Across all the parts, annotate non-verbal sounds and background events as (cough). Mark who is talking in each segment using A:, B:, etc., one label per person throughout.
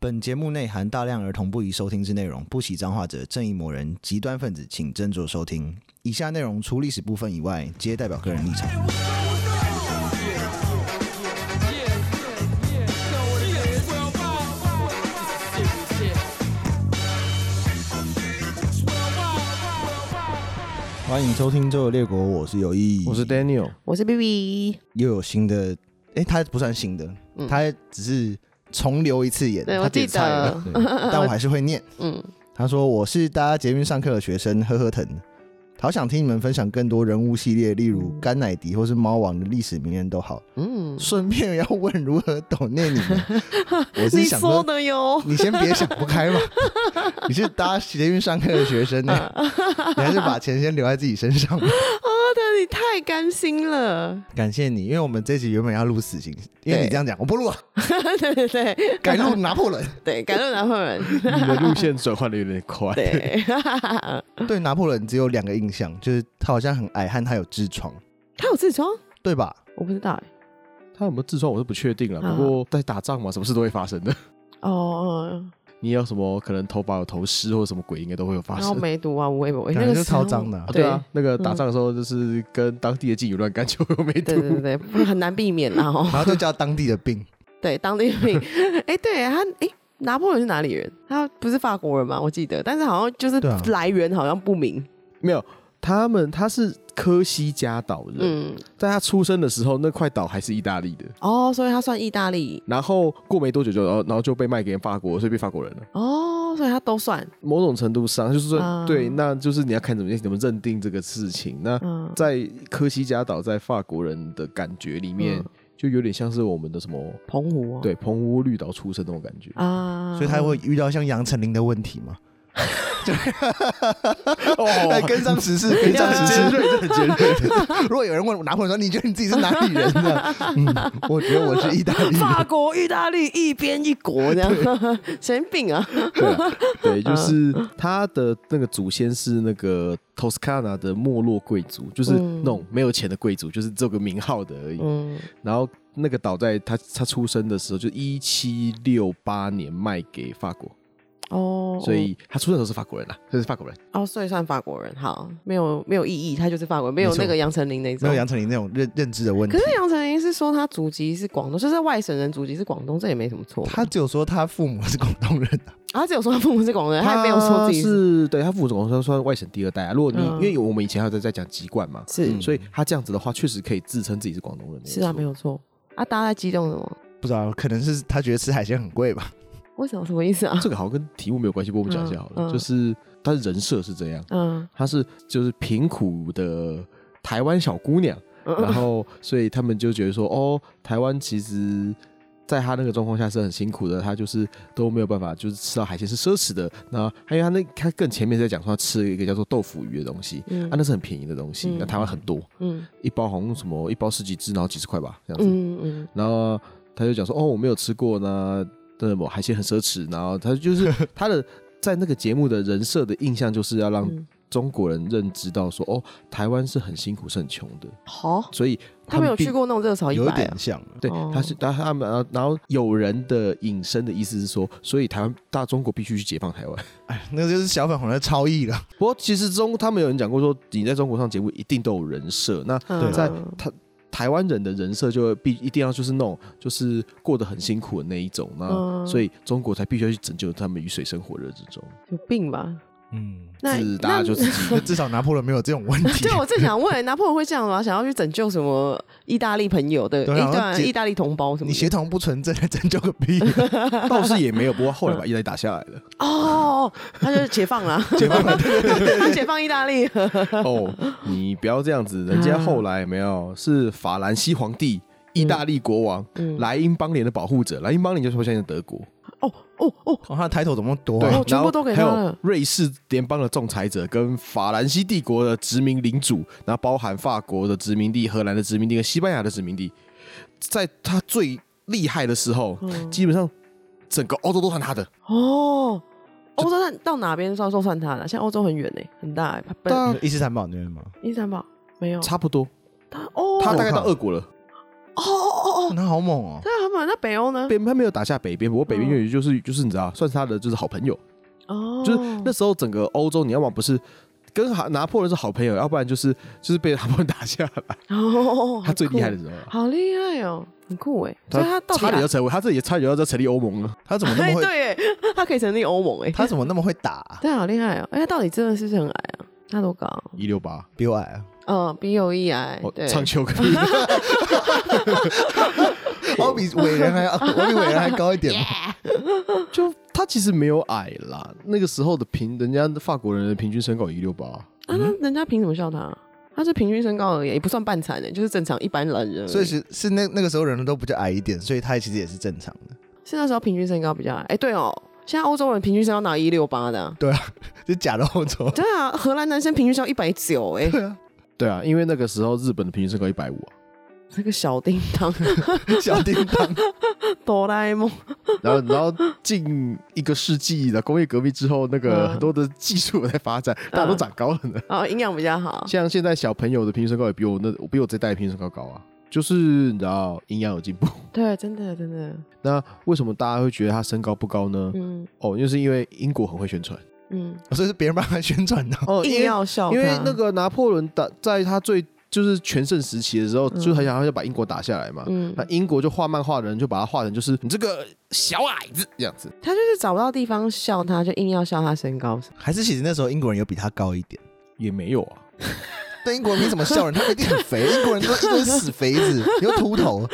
A: 本节目内含大量儿童不宜收听之内容，不喜脏话者、正义魔人、极端分子，请斟酌收听。以下内容除历史部分以外，皆代表个人立场。欢迎收听《周游列国》，我是有意，
B: 我是 Daniel，
C: 我是 B B，
A: 又有新的，诶，他不算新的，
C: 嗯
A: 他只是重留一次演，
C: 对
A: 他
C: 我
A: 点
C: 记
A: 菜了
C: 得，
B: 对
A: (laughs) 但我还是会念。
C: 嗯，
A: 他说：“我是大家捷运上课的学生，呵呵疼。好想听你们分享更多人物系列，例如甘乃迪或是猫王的历史名人都好。
C: 嗯，
A: 顺便要问如
C: (laughs)
A: 何懂内你们？我是
C: 你
A: 想
C: 说
A: 说，
C: 的哟，啊
A: 你先别想不开
C: (laughs)
A: 嘛。你是搭捷运上课的学生呢、欸你还是把钱先留在自己身上吧。
C: 真的你太甘心了， (laughs)
A: 感谢你，因为我们这集原本要录死刑，因为你
C: 对
A: 这样讲，我不录了，啊
C: 对对对
A: 改录拿破仑。
C: 对，感动男后人，
B: 你的路线转换的有点
A: (laughs)
B: 快。
C: 对，
A: (laughs) 对拿破仑只有两个印象，就是他好像很矮和他有痔疮，
C: 他有痔疮，
A: 对吧？
C: 我不知道哎，
B: (laughs) 他有没有痔疮我是不确定了，
C: 啊
B: 不过在打仗嘛，什么事都会发生的。 (laughs)
C: 哦，
B: 你有什么可能头发有头虱或者什么鬼，应该都会有发
C: 然后
B: 生。
C: 梅毒啊，无微
A: (laughs)
C: 不微，
A: 感
C: 那
A: 觉
C: 个
A: 就
C: 时候
A: 超脏，的啊、
B: (laughs) 啊对啊，那个打仗的时候就是跟当地的妓女乱干就有梅
C: 对
B: 毒。
C: 对对对，很难避免啦
A: (laughs)
C: 哦，
A: 然后就叫当地的病。
C: 对，当地 (laughs) 病，哎，对他，哎。拿破仑是哪里人？他不是法国人吗？我记得，但是好像就是
A: 对啊
C: 来源好像不明。
B: (laughs) 没有，他们他是科西嘉岛人，
C: 嗯，
B: 在他出生的时候，那块岛还是意大利的。
C: 哦，所以他算意大利。
B: 然后过没多久就，哦然后然后就被卖给法国，所以被法国人了。
C: 哦，所以他都算。
B: 某种程度上，就是说，
C: 啊
B: 对，那就是你要看怎么怎么认定这个事情。那
C: 嗯，
B: 在科西嘉岛，在法国人的感觉里面，
C: 嗯
B: 就有点像是我们的什么
C: 澎湖、哦。。
B: 对澎湖绿岛出身那种感觉
C: 啊，
A: 所以他会遇到像杨丞琳的问题吗？
C: (laughs)
B: 哦，
A: 来跟上时
C: (laughs)
A: 事，跟上
B: 很
A: 时
B: 尖
A: 事。
B: 锐，这很尖锐。
A: 如果有人问我拿破仑说：“你觉得你自己是哪里人？”这
C: (laughs)
A: 样，嗯，我觉得我是意大利人。
C: 法国、意大利一边一国 (laughs) 这样，神经病啊！
B: 对啊，
C: (laughs)
B: 对，就是
C: 嗯
B: 他的那个祖先是那个 Toscana 的没落贵族，就是
C: 嗯
B: 那种没有钱的贵族，就是只有个名号的而已。
C: 嗯，
B: 然后那个岛在他他出生的时候，就一七六八年卖给法国，
C: 哦，
B: 所以他出生的时候是法国人啦，他是法国人。
C: 哦，所以算法国人，好，没有没有意义，他就是法国人，没有
A: 没错
C: 那个杨丞琳那种，
A: 没有杨。丞琳那种认认知的问题
C: 可，是杨丞琳是说他祖籍是广东，就是外省人祖籍是广东，这也没什么错。
A: 他只有说他父母是广东人啊。
C: 啊，他只有说他父母是广东人，他也没有说自己是
B: 是对他父母总共算算外省第二代啊。如果你、
C: 嗯
B: 因为我们以前还有在在讲籍贯嘛，
C: 是
A: 嗯
B: 所以他这样子的话，确实可以自称自己是广东人。
C: 是啊，没
B: 有
C: 有错。啊，大家在激动什么？
A: 不知道，可能是他觉得吃海鲜很贵吧。
C: 为什么？什么意思啊
B: 错。？这个好像跟题目没有关系，不过我们讲一下好了，
C: 嗯嗯
B: 就是他的人设是这样，
C: 嗯，
B: 他是就是贫苦的台湾小姑娘，
C: 嗯
B: 然后所以他们就觉得说，哦，台湾其实。在他那个状况下是很辛苦的，他就是都没有办法，就是吃到海鲜是奢侈的。那还有他那他更前面在讲说，他吃了一个叫做豆腐鱼的东西，
C: 嗯
B: 啊，那是很便宜的东西，那
C: 嗯
B: 台湾很多，
C: 嗯
B: 一包好像什么一包十几只，然后几十块吧，这样子。
C: 嗯嗯
B: 然后他就讲说，哦，我没有吃过呢，对，我海鲜很奢侈。然后他就是
C: (laughs)
B: 他的在那个节目的人设的印象，就是要让
C: 嗯，
B: 中国人认知到说，哦，台湾是很辛苦、是很穷的，
C: 好，
B: 所以
C: 他没有
B: 并
C: 去。过那种热潮一
A: 有
C: 百啊
A: 点，像，
B: 对
C: 哦，
B: 他是他他们，然后然后有人的引申的意思是说，所以台湾大中国必须去解放台湾。
A: 哎，那个就是小粉红的超意了。
B: 不过其实中他们有人讲过说，你在中国上节目一定都有人设，那
A: 对
B: 在
C: 嗯
B: 台湾人的人设就必一定要就是那种就是过得很辛苦的那一种，那、
C: 嗯
B: 所以中国才必须要去拯救他们于水深火热之中。
C: 有病吧？
A: 嗯，
C: 那
B: 自大
C: 那
B: 就自己
A: 那至少拿破仑没有这种问题
C: (laughs) 对，。我正想问，拿破仑会这样吗？想要去拯救什么意大利朋友的，
A: 对
C: 诶
A: 啊
C: 对啊，
A: 解
C: 意大利同胞什么
A: 你
C: 的？
A: 协同不纯正，还拯救个
C: (laughs)
A: 屁！
B: 倒是也没有，不过后来把
C: 嗯
B: 意大利打下来了。
C: 哦，他就是解放了，
A: 解放了对对对
C: (laughs) 他解放意大利， (laughs)
B: 哦，你不要这样子，人家后来有没有是法兰西皇帝、意大利国王、
C: 嗯，
B: 莱茵邦联的保护者，莱茵邦联就是现在的德国，
C: 哦哦哦，
A: 哦，他的抬头怎么多
B: 对，
A: 啊？
C: 哦全
B: 然
C: 部
B: 后
C: 都给
B: 还
C: 他了
B: 有瑞士联邦的仲裁者跟法兰西帝国的殖民领主，然后包含法国的殖民地、荷兰的殖民地跟西班牙的殖民地，在他最厉害的时候，
C: 嗯
B: 基本上整个欧洲都算他的。
C: 哦，欧洲算到哪边算说算他的？现在欧洲很远呢，很大欸，本
B: 但
A: 伊斯坦堡那边吗？
C: 伊斯坦堡没有
B: 差不多，
C: 他哦，
B: 他大概
A: 我
B: 到
A: 靠
B: 俄国了。
C: 哦哦哦
A: 哦，他好猛哦！
C: 对啊，他们那北欧呢？
B: 边他没有打下北边，不过北
C: 嗯
B: 边粤语就是就是你知道，算是他的就是好朋友，
C: 哦，
B: 就是那时候整个欧洲，你要么不是跟拿拿破仑是好朋友，要不然就是就是被拿破仑打下来，
C: 哦，
B: 他最厉害的
C: 好
B: 时候啊
C: 酷，好厉害哦，很酷哎！所以他到底
B: 差点要成为，他自己也差点要在成立欧盟了。
A: 他怎么那
C: 哎
A: 么会？
C: (laughs) 对耶，他可以成立欧盟哎，
A: 他怎么那么会打啊？
C: 对啊，好厉害哦！哎，他到底真的是不是很矮啊？他多高啊？
B: 一六八，
A: 比我矮啊！
C: 嗯，B O E I，
B: 我
C: 对，
B: 哦唱秋歌，
C: (laughs)
A: 我比伟人还要，我比伟人还高一
C: (laughs)
A: 点。
B: 就他其实没有矮啦。那个时候的平，人家法国人的平均身高一六八，
C: 啊，那
B: 嗯
C: 人家凭什么笑他？啊他是平均身高而已，也不算半残的，就是正常一般懒人而已。
A: 所以是是那那个时候人都比较矮一点，所以他其实也是正常的。
C: 是那时候平均身高比较矮。哎，对哦，现在欧洲人平均身高拿一六八的啊、
A: 对啊，就假的后头。
C: 对啊，荷兰男生平均身高一百九，哎，
A: 对啊，
B: 对啊，因为那个时候日本的平均身高一百
C: (laughs)
B: 五啊，
C: 那个小叮当，
A: 小叮
C: (laughs)
A: 当。
C: 哆啦 A 梦，
B: 然后然后近一个世纪的工业革命之后，那个
C: 嗯
B: 很多的技术在发展，大家都长高了呢。
C: 啊，营养比较好，
B: 像现在小朋友的平均身高也比我那比我这代的平均身高高啊，
C: 嗯
B: 就是你知道营养有进步。
C: 对，真的真的，
B: 那为什么大家会觉得他身高不高呢？
C: 嗯
B: 哦，就是因为英国很会宣传
C: 嗯，
A: 所以是别人帮他宣传的。
B: 哦， (laughs) 因
C: 硬
B: 为
C: 要笑他，
B: 因为那个拿破仑打在他最就是全盛时期的时候，
C: 嗯
B: 就很想要把英国打下来嘛。
C: 嗯，
B: 那英国就画漫画的人就把他画成就是你这个小矮子这样子，
C: 他就是找不到地方笑他，就硬要笑他身高， (laughs)
A: 还是其实那时候英国人有比他高一点。
B: 也没有啊。
A: 但英国人没怎么笑人，他们一定很肥。英国人都一堆死肥子，有秃头。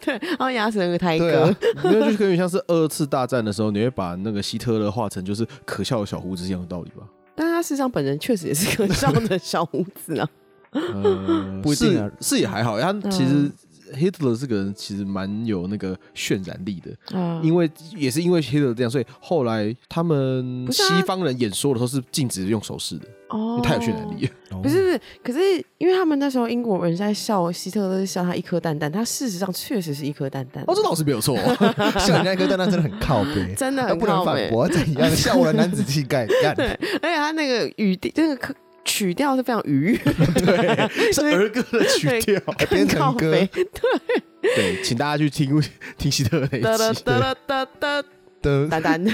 C: 对，然后牙齿很抬
A: 对
C: 哥
A: 啊，
B: 没有，就是有点像是二次大战的时候，你会把那个希特勒画成就是可笑的小胡子一样的道理吧？
C: 但他事实上本人确实也是个笑的小胡子啊，
B: (laughs) 呃，
A: 不一定啊
B: 是是也还好，他其
C: 嗯
B: 实 Hitler 这个人其实蛮有那个渲染力的，
C: (laughs) 啊，
B: 因为也是因为 Hitler 这样，所以后来他们
C: 不是啊
B: 西方人演说的时候是禁止用手势的，因
C: 哦
B: 为太有渲染力了。
A: 不
C: 不是不是， (laughs) 可是因为他们那时候英国人在笑希特勒是笑他一颗蛋蛋，他事实上确实是一颗蛋蛋。
B: 哦，这倒是没有错、哦。
A: (laughs) 笑人家一颗蛋蛋真的很靠背，
C: (laughs) 真的
A: 他
C: 很
A: 不能
C: 靠
A: 反
C: 北
A: 驳，怎样笑我的男子气
C: (laughs)
A: 概？干
C: 对，而且他那个语调，那个可曲调是非常愉悦， (laughs)
B: 对，是儿歌的曲
C: 对
B: 调。
A: 还编成
C: 靠
A: 歌
C: 北
B: 对，请大家去听听希特勒那
C: 哒哒
B: 一集。
C: 哒哒哒哒
A: 的
C: 哒哒，
B: 没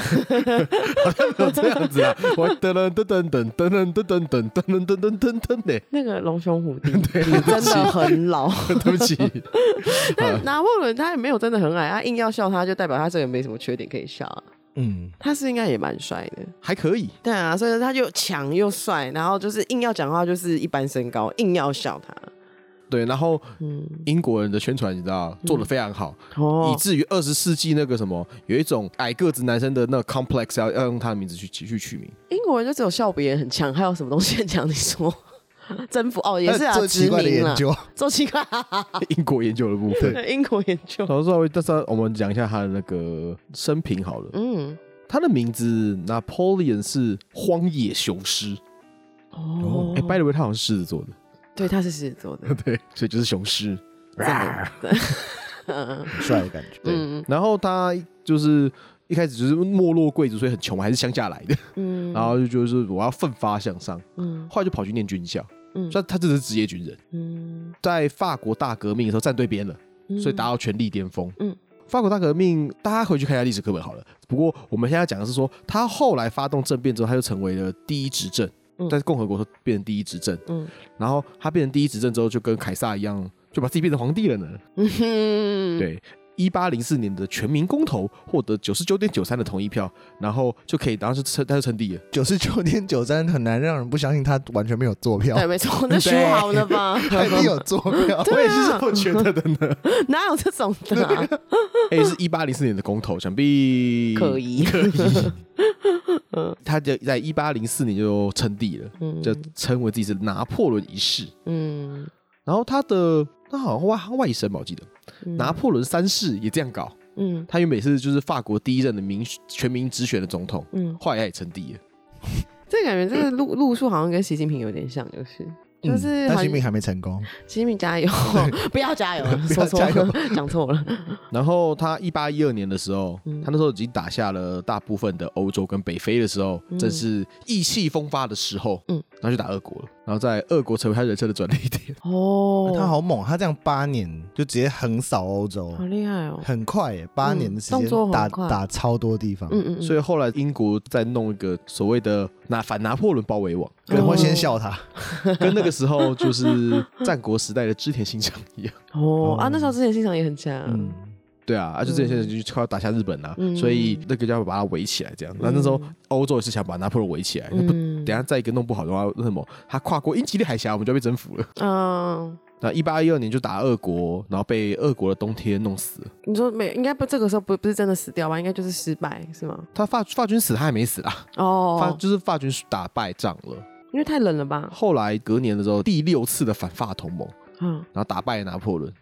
B: 有这样子啊，我噔噔噔噔噔噔噔噔噔噔噔噔噔噔噔呢，
C: 那个龙兄
B: (laughs)
C: 虎弟 (laughs) 真的很老。
B: 对不起，
C: 但 (laughs) 拿破仑他也没有真的很矮，他硬要笑他，就代表他这个人没什么缺点可以笑啊。
A: 嗯，
C: 他是应该也蛮帅的，
B: 还可以。
C: 对啊，所以他就强又帅，然后就是硬要讲话就是一般身高，硬要笑他，
B: 对，然后
C: 嗯，
B: 英国人的宣传你知道做的非常好，
C: 哦
B: 以，至于二十世纪那个什么有一种矮个子男生的那个 complex 要要用他的名字去去取名。
C: 英国人就只有笑别人很强，还有什么东西很强？你说 (laughs) 征服哦，也是啊，
A: 做奇
C: 殖
A: 怪的
C: 民
A: 研
C: 了，
A: 究，
C: 做奇怪，
B: 英国研究的部分。
C: (laughs) 英国研
A: (laughs)
C: 究，
B: 然后稍微，但是我们讲一下他的那个生平好了。
C: 嗯，
B: 他的名字 Napoleon 是荒野雄狮，
C: 哦，
B: 哎、b y the way，他好像是狮子座的， (laughs)
C: 对，他是狮子座的，
B: 对，所以就是雄狮。
C: 真的，嗯
A: 很帅的感觉。
B: 对，
C: 嗯
B: 然后他就是一开始就是没落贵族，所以很穷，还是乡下来的，
C: 嗯，
B: (laughs) 然后就觉得说我要奋发向上，
C: 嗯
B: 后来就跑去念军校，
C: 嗯
B: 所以他真的是职业军人，
C: 嗯，
B: 在法国大革命的时候站对边了，
C: 嗯
B: 所以达到权力巅峰。
C: 嗯
B: 法国大革命，大家回去看一下历史课本好了。不过我们现在讲的是说，他后来发动政变之后，他就成为了第一执政，
C: 嗯
B: 在共和国变成第一执政。
C: 嗯
B: 然后他变成第一执政之后，就跟凯撒一样，就把自己变成皇帝了呢。
C: 嗯哼，
B: 对，一八零四年的全民公投获得九十九点九三的同意票，然后就可以，然后就称他就
C: (gasps)
B: 称帝了。
A: 九十九点九三很难让人不相信他完全没有坐票，
C: 对，
A: (laughs)
C: 没错，那说好了吧？ (laughs)
A: 他一定有坐票。
B: 我
C: 对
B: 也是
C: 啊
B: 这，么觉得的呢。
C: 哪有这种
A: (laughs)
C: 的啊？
B: 哎、是一八零四年的公投，想必
C: 可疑，
B: 他就在一八零四年就称帝了，
C: 嗯
B: 就称为自己是拿破仑一世。
C: 嗯，
B: 然后他的他好像外外甥吧，我记得、
C: 嗯
B: 拿破仑三世也这样搞。
C: 嗯
B: 他原本是就是法国第一任的民全民直选的总统，
C: 嗯，
B: 后来他也称帝了。
C: 这感觉这个路路数好像跟习近平有点像，就是。就是
A: 嗯但
C: 好像
A: 徐敏还没成功，
C: 吉米加油！不要加油，
A: (laughs) 不
C: 说
A: 要
C: 错
A: 加油
C: 了， (laughs) 讲错了。
B: 然后他一八一二年的时候，
C: 嗯
B: 他那时候已经打下了大部分的欧洲跟北非的时候，
C: 嗯
B: 正是意气风发的时候，
C: 嗯
B: 然后就打俄国了。然后在俄国成为他人生的转捩点。
C: 哦，
A: 啊哎他好猛，他这样八年就直接横扫欧洲，
C: 好厉害哦，
A: 很快耶，八年的时
C: 嗯动
A: 间
C: 作很
A: 打
C: 快
A: 打超多地方，
C: 嗯嗯嗯，
B: 所以后来英国在弄一个所谓的拿反拿破仑包围网，
A: 可能会
C: 哦
A: 先笑他。
B: 跟那个时候就是战国时代的织田信长一样。
C: 哦啊，那时候之前欣赏也很强，
A: 嗯，
B: 对啊，啊就之前现在就快要打下日本啦、
C: 嗯
B: 所以那个就要把它围起来，这样。那、那时候欧洲也是想把拿破仑围起来，那不
C: 嗯，
B: 等一下再一个弄不好的话，那什么他跨过英吉利海峡，我们就要被征服了。
C: 嗯，
B: 那一八一二年就打俄国，然后被俄国的冬天弄死了。
C: 你说没应该不这个时候不不是真的死掉吧？应该就是失败是吗？
B: 他法法军死，他还没死啦，法
C: 哦，
B: 就是法军打败仗了。
C: 因为太冷了吧？
B: 后来隔年的时候，第六次的反法同盟，
C: 嗯
B: 然后打败了拿破仑，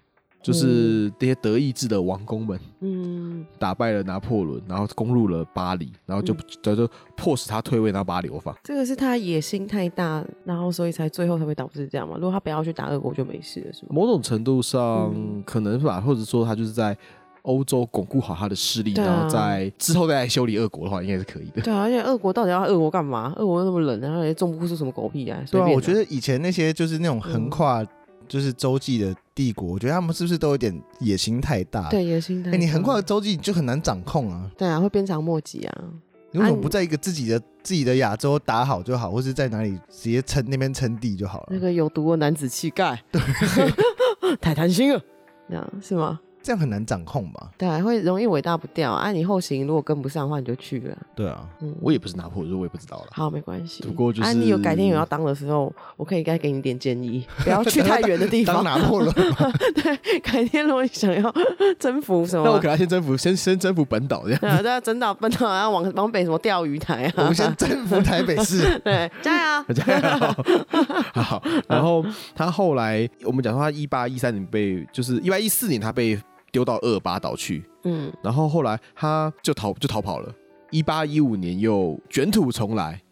B: 就是这些德意志的王公们。
C: 嗯，
B: 打败了拿破仑，然后攻入了巴黎，然后就就就迫使他退位，然后把他流放。
C: 这个是他野心太大，然后所以才最后才会导致这样嘛。如果他不要去打俄国就没事了是吗？
B: 某种程度上，
C: 嗯
B: 可能吧，或者说他就是在欧洲巩固好他的势力，
C: 对啊
B: 然后在之后再来修理俄国的话，应该是可以的。
C: 对啊，而且俄国到底要俄国干嘛？俄国又那么冷，然后也种不出什么狗屁来。
A: 对啊，我觉
C: 得
A: 得以前那些就是那种横跨就是洲际的帝国，我觉得他们是不是都有点野心太大？，
C: 对野心太
A: 哎、
C: 大，
A: 你横跨洲际你就很难掌控啊。
C: 对啊，会鞭长莫及啊。
B: 嗯
A: 你为什
C: 啊
A: 么不在一个自己的自己的亚洲打好就好，或是在哪里直接称那边称帝就好了？
C: 那个有毒的男子气概，(laughs)
B: (laughs)
C: 太贪心了，
B: 嗯
C: 这样是吗？
A: 这样很难掌控吧？
C: 对啊，会容易伟大不掉啊。你后行如果跟不上的话，你就去了。
A: 对啊，
C: 嗯，
B: (laughs) 我也不是拿破仑，所以我也不知道了。
C: 好，没关系。
B: 不过就是
C: 啊，你有改天有要当的时候，我可以再给你点建
B: (laughs)
C: 议，不要去太远的地
A: 当
C: 方。
A: 拿破仑嘛
C: (laughs) 改天如果你想要征服什么，
B: 那 (laughs) (laughs) 我可能要先征服，先先征服本岛这 (laughs) 样。。
C: 对 (laughs) 啊，对啊，整岛奔岛，然后往往北什么钓鱼台
A: 我
C: 啊
A: 们，先征服台北市。
C: (laughs) 对，加油
B: 加油 (laughs) 好，然后他后来，我们讲说他一八一三年被，就是一八一四年他被丢到厄尔巴岛去，
C: 嗯，
B: 然后后来他就逃就逃跑了。一八一五年又卷土重来，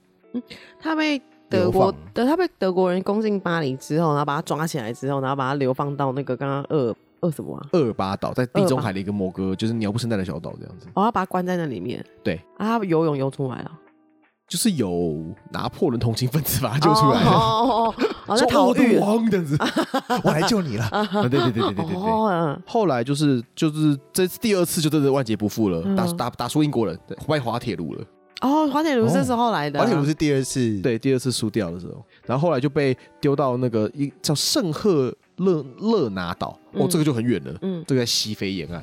C: 他被德国
A: 流放
C: 德他被德国人攻进巴黎之后，然后把他抓起来之后，然后把他流放到那个刚刚二二什么啊？
B: 厄尔巴岛在地
C: 厄尔
B: 中
C: 巴
B: 海的一个某个就是鸟不生蛋的小岛这样子，
C: 哦，他把他关在那里面。
B: 对
C: 啊，他游泳游出来了，
B: 就是有拿破仑同情分子把他救出来 (laughs) 了，
C: 哦哦哦哦，在
B: 说
C: 逃
B: 我的
C: 狱。
B: 王这
C: (laughs)
B: 样子，
A: 我来救你了。
B: 啊对对对对对对对对。
C: 哦，嗯
B: 后来就是就是这次第二次就真的万劫不复了，
C: 嗯
B: 打打打输英国人，对外滑铁卢了。
C: 哦，滑铁卢是时候来
B: 哦
C: 的啊，
A: 滑铁卢是第二次，，
B: 对，第二次输掉的时候，然后后来就被丢到那个一叫圣赫勒勒拿岛，哦
C: 嗯，
B: 这个就很远了，
C: 嗯
B: 这个在西非
C: (laughs)
B: 沿岸，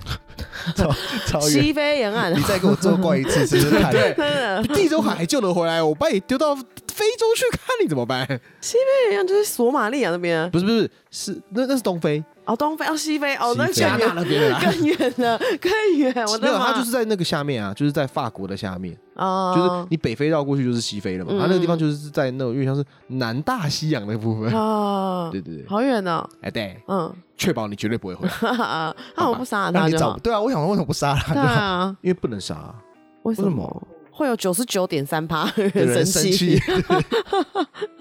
A: 超超远。
C: 西非沿
B: (laughs)
C: 岸
A: 你，再给我做怪一次，真是太
B: 对，
C: 真的
B: (laughs) 地中海救得回来，我把你丢到非洲去看你怎么办？
C: 西非沿岸就是索马利亚那边啊，
B: 不是不是是那那是东非，
C: 哦，东非哦，西非哦，
B: 西
C: 那更
B: 非加
C: 远
B: 纳那边的啦
C: 更远了， (laughs) 更远，我
B: 没
C: 的
B: 有，
C: 妈，
B: 它就是在那个下面啊，就是在法国的下面，
A: 嗯
C: 啊，
B: 就是你北非绕过去就是西非了嘛，
C: 嗯
B: 它那个地方就是在那种有点像是南大西洋那个部分。
A: 嗯
C: 啊，
B: 对对对，
C: 好远哦，
B: 哎对，
C: 嗯， (laughs)
B: 确保你绝对不会回来，
C: 哈哈啊，那我不杀
A: 那
C: 他
A: 你
C: 就
A: 找
C: 好，
A: 对啊，我想说为什么不杀他？
C: 对啊，
B: 因为不能杀啊。
C: 为
A: 什么？
C: 会有九十九点三趴
A: 有人
C: 生
A: 生气，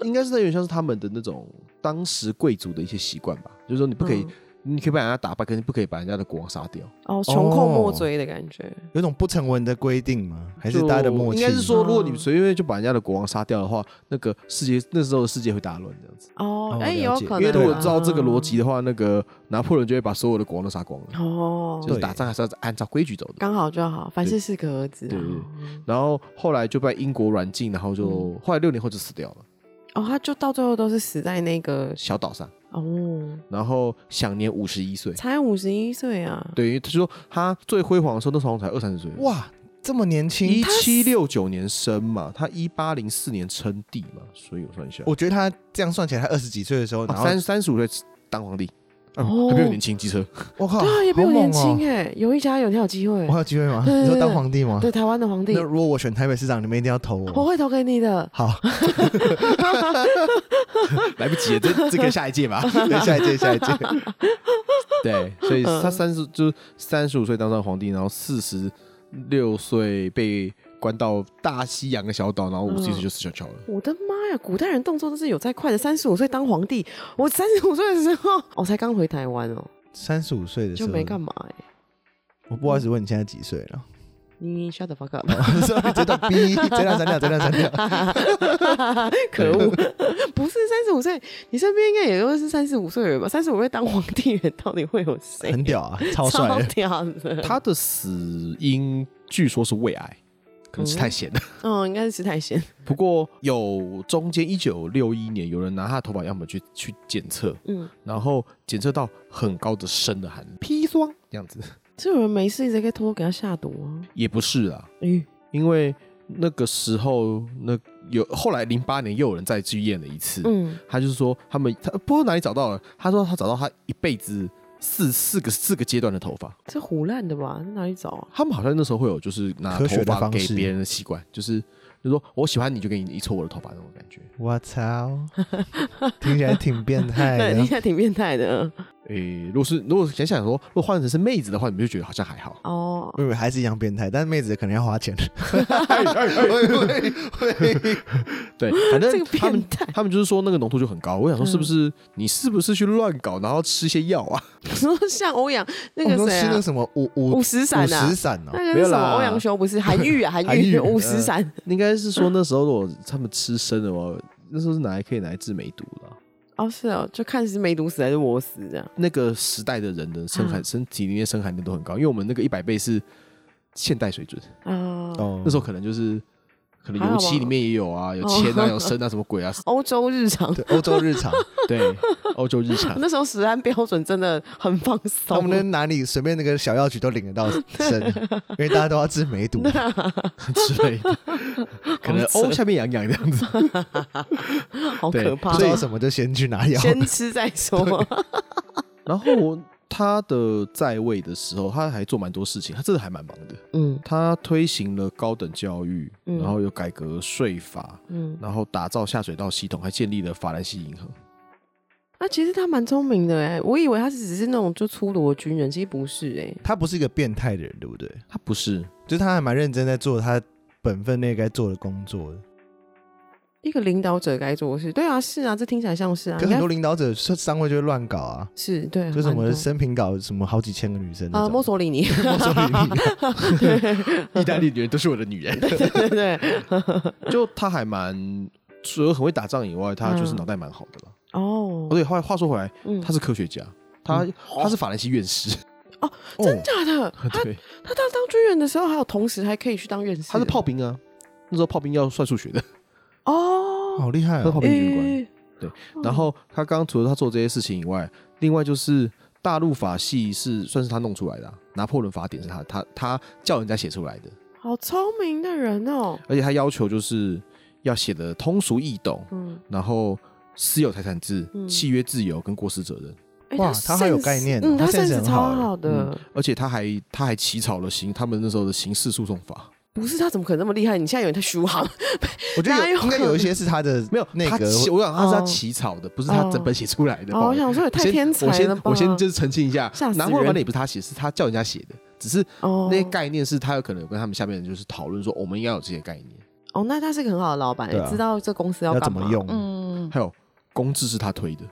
B: 应该是有点像是他们的那种当时贵族的一些习惯吧，就是说你不可
A: 嗯
B: 以，你可以把人家打败，可是你不可以把人家的国王杀掉。
C: 哦，穷寇莫追的感觉。
A: 有种不成文的规定吗？还是大家的默
B: (laughs)
A: 契？
B: 应该是说，如果你
C: 哦
B: 随便就把人家的国王杀掉的话，那个世界那时候的世界会大乱这样子。
C: 哦
A: 哦，
C: 哎，
A: 了
C: 有
A: 解
C: 可能啊。
B: 因为如果照这个逻辑的话，那个拿破仑就会把所有的国王都杀光了。
C: 哦，
B: 就是打仗还是要按照规矩走的。
C: 刚好就好，凡事适可而止啊。
B: 对对对然后后来就被英国软禁，然后就、
C: 嗯
B: 后来六年后就死掉了，
C: 哦，他就到最后都是死在那个
B: 小岛上，
C: 哦，
B: 然后享年五十一岁。
C: 才五十一岁啊。
B: 对，因为他说他最辉煌的时候，那时候好像才二三十岁。
A: 哇，这么年轻
B: 一，七六九年生嘛，他一八零四年称帝嘛，所以我算一下，
C: 哦
A: 我觉得他这样算起来，他二十几岁的时候，然
B: 哦
A: 后
B: 三三十五岁当皇帝，嗯
C: 哦
B: 还比我年轻，机车。
A: 我靠，
C: 对啊，也比我
A: 好猛
C: 年
A: 哦
C: 轻哎，有一家有天有机会
A: 我还。有机会吗？
C: 对对
A: 你说
C: 对
A: 当皇帝吗？
C: 对哦台湾的皇帝
A: 那，如果我选台北市长，你们一定要投
C: 我
A: 我。
C: 会投给你的。
A: 好，
B: 来不及了，这这个下一届 (laughs) 吧。
A: 那下一届，
B: (laughs)
A: 下一届。
B: 对，所以
C: 嗯
B: 他三十就是三十五岁当上皇帝，然后四十六岁被关到大西洋的小岛，然后五十一岁就死翘翘了。
C: 我的妈呀！古代人动作都是有在快的。三十五岁当皇帝，我三十五岁的时候，我、才刚回台湾哦，
A: 三十五岁的时
C: 就
A: 候，
C: 没干嘛哎、
A: 我不好意思问你现在几岁了？ (laughs)
C: 你 shut the fuck up！
A: 这段逼，这段删掉，这段删掉。
C: 可恶， (laughs) 不是三十五岁，你身边应该也都是三十五岁的人吧？三十五岁当皇帝人到底会有谁？
A: 很屌
C: (laughs)
A: 啊，超帅
C: 超
A: 的。
C: 屌的，
B: 他的死因据说是胃癌，可能是太咸了。
C: 嗯，应该是石
A: (laughs)
C: 太贤，
B: 不过有中间一九六一年，有人拿他的头发样本去去检测，
C: 嗯，
B: 然后检测到很高的砷的含砒霜这样子，
C: 这有人没事一直在偷偷给他下毒啊？哎
B: 也不是啊，
C: 咦、
B: 因为那个时候那有后来零八年又有人再去验了一次，
C: 嗯，
B: 他就是说他们他不知道哪里找到了，他说他找到他一辈子四四个四个阶段的头发，
C: 这胡乱的吧？在哪里找啊？
B: 他们好像那时候会有就是拿
A: 科
B: 头
A: 学的
B: 发
A: 方
B: 给
A: 式
B: 别人的习惯，就是就说我喜欢你就给你一撮我的头发那种感觉，
A: 我操，听起来挺变态
C: (laughs) 对，你
A: 的。
C: 还挺变态的
B: 诶、如果是如果想想说如果换成是妹子的话，你们就觉得好像还好。
C: 哦。
A: 妹妹还是一样变态，但妹子可能要花钱。
B: 对，
C: (laughs)
B: 反
C: 这
B: 正
C: 个嗯
B: 他们
C: 变态，
B: 他们就是说那个浓度就很高。我想说，是不是、你是不是去乱搞，然后吃些药啊？
C: 说像欧阳那
A: 我们
C: 个
A: 都
C: 谁
A: 吃
C: 啊
A: 那，什么五五
C: 五
A: 五
C: 十散啊
A: 十，散哦
C: 那，个
B: 没
C: 是
B: 有
C: 什么
B: 啦
C: 欧阳修不是韩
A: (laughs)
C: 愈啊，韩
A: 韩
C: 愈
A: 愈呃
C: 五十散
B: 应该是说那时候如果他们吃生的话，那时候是拿来可以拿来治梅毒的啊。
C: 哦，是哦，就看是梅毒死还是我死这样。
B: 那个时代的人的生含、
C: 啊
B: 身体里面生含量都很高，因为我们那个一百倍是现代水准，
C: 啊、
A: 哦
B: 那时候可能就是可能
C: 还好
B: 油
C: 吧
B: 漆里面也有啊，有
C: 哦
B: 铅啊，有砷啊，什么鬼啊？ (laughs)
C: 欧洲日常，
A: 对欧洲日
C: (laughs)
A: 常，
B: 对，欧洲日啊常。
C: 那时候食安标准真的很放松。
A: 他们那哪里随便那个小药局都领得到生，因为大家都要治梅毒。
B: 之
C: (laughs)
B: 类的，可能
C: 好扯
B: 哦下面痒痒这样子。
C: 好
B: 对
C: 可怕哦
A: 不，知道什么就先去拿药。
C: 先吃再说。
A: (laughs)
B: 然后他的在位的时候，他还做蛮多事情，他真的还蛮忙的。
C: 嗯
B: 他推行了高等教育，
C: 嗯
B: 然后有改革税法，
C: 嗯，
B: 然后打造下水道系统，还建立了法兰西银行。
C: 那、其实他蛮聪明的哎，我以为他只是那种就粗鲁的军人，其实不是哎。
A: 他不是一个变态的人，对不对？
B: 他
C: (laughs)
B: 不是，
A: 就是他还蛮认真在做他本分内该做的工作的。
C: 一个领导者该做的事，对啊，是啊，这听起来像是啊，
A: 可是很
C: 应
A: 多
C: 该
A: 领导者商商会就会乱搞啊，
C: 是对，
A: 就什
C: 蛮
A: 么
C: 多
A: 生平搞什么好几千个女生那
C: 啊，
A: 种
C: 墨索里
A: (laughs)
C: 尼，
A: 墨索里尼啊
B: (laughs) 意大利女人都是我的女人。
C: 对对，
B: 就他还蛮，除了很会打仗以外，他
C: 嗯
B: 就是脑袋蛮好的了。
C: 哦
B: 哦，，对，话话说回来，
C: 嗯
B: 他，是科学家，他他是法兰西院士。
C: 哦
B: 哦
A: 哦
C: 真假的，他
B: (laughs) 对，
C: 他当当军人的时候，还有同时还可以去当院士，欸
B: 他是炮兵啊，那时候炮兵要算数学的。
C: 哦，
A: 好厉害
B: 他是炮
A: 哦！
B: 兵军官。
C: 诶哦
B: 然后他刚刚除了他做这些事情以外，另外就是大陆法系是算是他弄出来的啊、拿破仑法典是他他他叫人家写出来的，
C: 好聪明的人哦，
B: 而且他要求就是要写的通俗易懂，
C: 嗯，
B: 然后私有财产制
C: 嗯、
B: 契约自由跟过失责任，
C: 诶
A: 哇他还有
C: 哎 sense-
A: 概念哦
C: 嗯，
A: 他
C: 他
A: sense 很好嗯
C: 超
A: 诶
C: 好的，
B: 而且他还他还起草了刑他们那时候的刑事诉讼法，
C: 不是他怎么可能那么厉害？你现在以为他虚啊
A: (laughs)
C: 行，
A: 我觉得
C: 哪有
A: 有应该有一些是他的
B: 没有
A: 那
B: 他
A: 个
B: 起我想他是他
C: 哦
B: 起草的，不是他整本写出来的。不
C: 哦，
B: 好
C: 我
B: 意思
C: 想说也太
B: 先
C: 天才
B: 我先
C: 了吧！
B: 我先就是澄清一下
C: 吓，死
B: 拿破仑法
C: 人
B: 典也不是他写，是他叫人家写的，只是
C: 哦，
B: 那些概念是他有可能有跟他们下面的人就是讨论说，我们应该有这些概念。
C: 哦，那他是个很好的老板
A: 对，啊
C: 知道这公司
A: 要
C: 干嘛
A: 怎么用
C: 嗯，
B: 还有公制是他推的，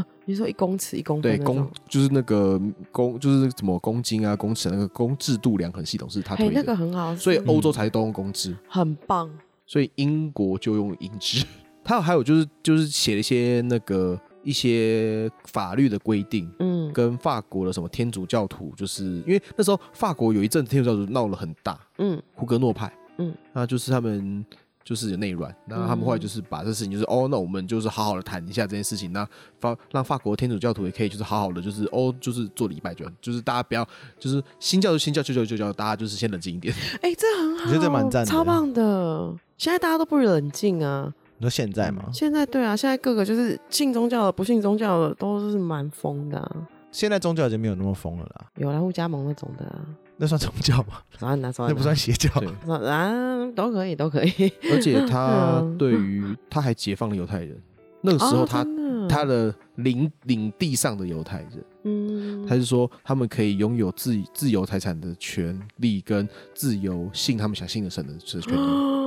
C: 啊你说一公尺一公分
B: 对
C: 那种
B: 公就是那个公就是什么公斤啊、公尺那个公制度量衡系统是他
C: 嘿
B: 推的，
C: 哎那个很好，
B: 所以
C: 嗯
B: 欧洲才都用公制，
C: 很棒。
B: 所以英国就用英制。他还有就是就是写了一些那个一些法律的规定。
C: 嗯
B: 跟法国的什么天主教徒，就是因为那时候法国有一阵天主教徒闹了很大，
C: 嗯
B: 胡格诺派，
C: 嗯，
B: 那就是他们就是有内乱，那他们后来就是把这事情就是、哦，那我们就是好好的谈一下这件事情，那法让法国天主教徒也可以就是好好的就是哦，就是做礼拜就好就是大家不要就是新教就新教，旧教就旧教，大家就是先冷静一点。
C: 哎、这很好，
A: 我觉得这蛮赞的
C: 超棒的。现在大家都不冷静啊！
A: 你说现在吗？
C: 现在对啊，现在各个就是信宗教的、不信宗教的都是蛮疯的、啊，
A: 现在宗教已经没有那么疯了啦，
C: 有来互加盟那种的、啊，
A: 那算宗教吗？
C: 然后拿出来
A: 那
C: 拿，
A: 不算邪教。
B: 对
C: 拿啊，都可以，都可以。
B: (laughs) 而且他
C: 嗯
B: 对于他还解放了犹太人，那个时候
C: 哦
B: 他、
C: 真的
B: 他的领领地上的犹太人。
C: 嗯，
B: 他是说他们可以拥有自自由财产的权利，跟自由信他们想信的神的这权
C: 哦
B: 利。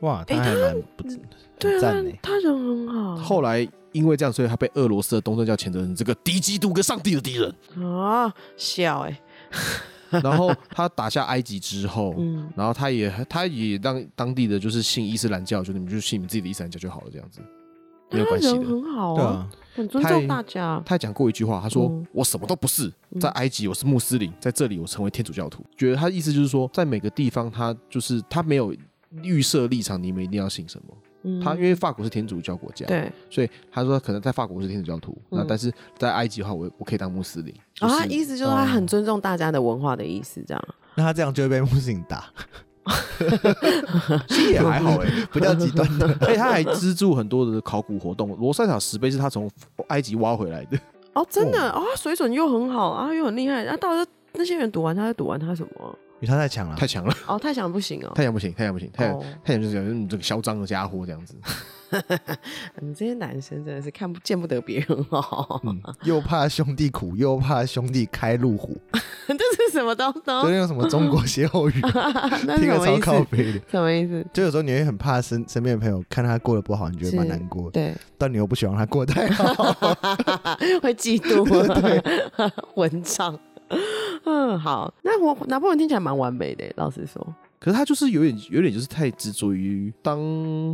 A: 哇，
C: 诶
A: 他还蛮不
C: (gasps) 对
A: 很
C: 啊
A: 赞呢，。
C: 他人很好。
B: 后来因为这样，所以他被
C: (laughs)
B: 俄罗斯的东正教谴责成这个敌基督跟上帝的敌人。
C: 啊，笑哎、
B: 然后他打下埃及之后，
C: 嗯
B: 然后他也他也让当地的就是信伊斯兰教，就你们就信你们自己的伊斯兰教就好了，这样子没有关系
C: 人
B: 的。
C: 很好
A: 对
C: 啊，
A: 啊，
C: 很尊重大家。
B: 他讲过一句话，他说：“
C: 嗯
B: 我什么都不是，
C: 嗯
B: 在埃及我是穆斯林，在这里我成为天主教徒。”觉得他的意思就是说，在每个地方他就是他没有预设立场，你们一定要信什么。
C: 嗯
B: 他因啊为法国是天主教国家，
C: 对
B: 所以他说可能在法国我是天主教徒，那
C: 嗯
B: 但是在埃及的话，我我可以当穆斯林。就
C: 啊，
B: 是哦
C: 他
B: (laughs)
C: 意思就是他很尊重大家的文化的意思，这样。
A: 那他这样就会被穆斯林打。 (laughs) 其实也还好哎、不叫极端的。
B: 而且哎他还资助很多的考古活动，罗塞塔石碑是他从埃及挖回来的。
C: 哦，真的啊、他水准又很好啊，又很厉害。那、到底那些人赌完他在赌完他什么？
A: 因为他太强了
B: (laughs) 太，强了，
C: 哦，太强不行哦。
B: 太强不行，太强不行，太强、
C: 哦
B: 太强就是讲你这个嚣张的家伙这样子。 (laughs)
C: 你这些男生真的是看不见不得别人哦，
A: 嗯，又怕兄弟苦，又怕兄弟开路虎，
C: (laughs) 这是什么东
A: 就
C: 东？
A: 是用什么中国歇后语，
C: 哦 (laughs) 那是
A: 听
C: 什
A: 个
C: 么
A: 超
C: 意
A: 靠
C: 思？
A: 背的。
C: 什么意思？
A: 就有时候你会很怕身身边的朋友看他过得不好，你觉得蛮难过的，
C: 对，
A: 但你又不喜欢他过得太好。
C: (laughs) 会嫉妒， (laughs) 混账。嗯，好，那我拿破仑听起来蛮完美的，欸老实说，
B: 可是他就是有点有点就是太执着于当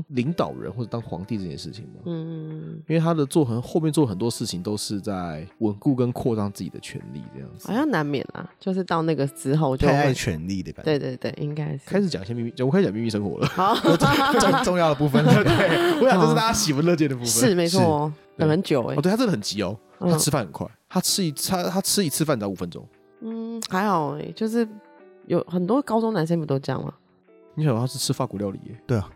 B: 领导人或者当皇帝这件事情嘛，
C: 嗯，
B: 因为他的做很后面做很多事情都是在稳固跟扩张自己的权力这样子。
C: 好像难免啦，就是到那个之后就
A: 太爱
C: 会，
A: 啊权力的感觉，
C: 对对对，应该
B: 开
C: 是。
B: 始讲一些秘密，我开始讲秘密生活了。
C: 好， (laughs)
A: 重重要的部分。 (laughs) 对，
B: (laughs) 我想这是大家喜闻乐见的部分。
C: 哦是没错哦，
B: 对
C: 等很久哎
B: 哦，，对他真的很急哦，
C: 嗯
B: 他吃饭很快，他吃一他他吃一次饭只要五分钟。
C: 嗯，还好哎，就是有很多高中男生不都这样吗？
B: 你想他是吃法国料理耶？
A: 对啊，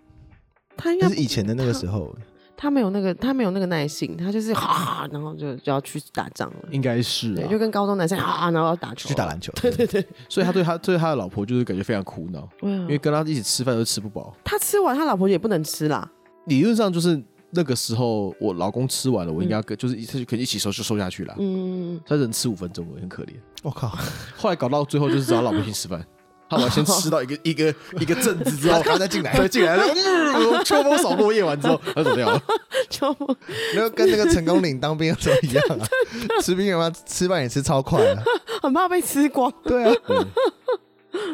C: 他应该
A: 那是以前的那个时候，
C: 他没有那个，他没有那个耐性，他就是哈，然后就就要去打仗了。
B: 应该是
C: 对，
B: 啊
C: 就，跟高中男生哈，然后要打球，
A: 去打篮球。
C: 对对对，
B: 所以他对他对他的老婆就是感觉非常苦恼，
C: 对啊
B: 因为跟他一起吃饭都吃不饱。
C: 他吃完，他老婆也不能吃啦。
B: 理论上就是那个时候我老公吃完了，我应该要跟、就是一他就可以一起收就收下去了。
C: 嗯，
B: 他人吃五分钟而已，很可怜。
A: 我靠，
B: 后来搞到最后就是找他老婆去吃饭，他老婆先吃到一个一个一个阵子之
C: (laughs)
B: 后，
A: 他再进来，
B: 对，进来了，嗯秋风扫落叶完之后，他走掉了。
C: (laughs) 就
A: 那跟那个成功岭当兵的时候一样啊， (laughs) 吃兵的话吃饭也吃超快啊。
C: 很怕被吃光。
A: 对啊，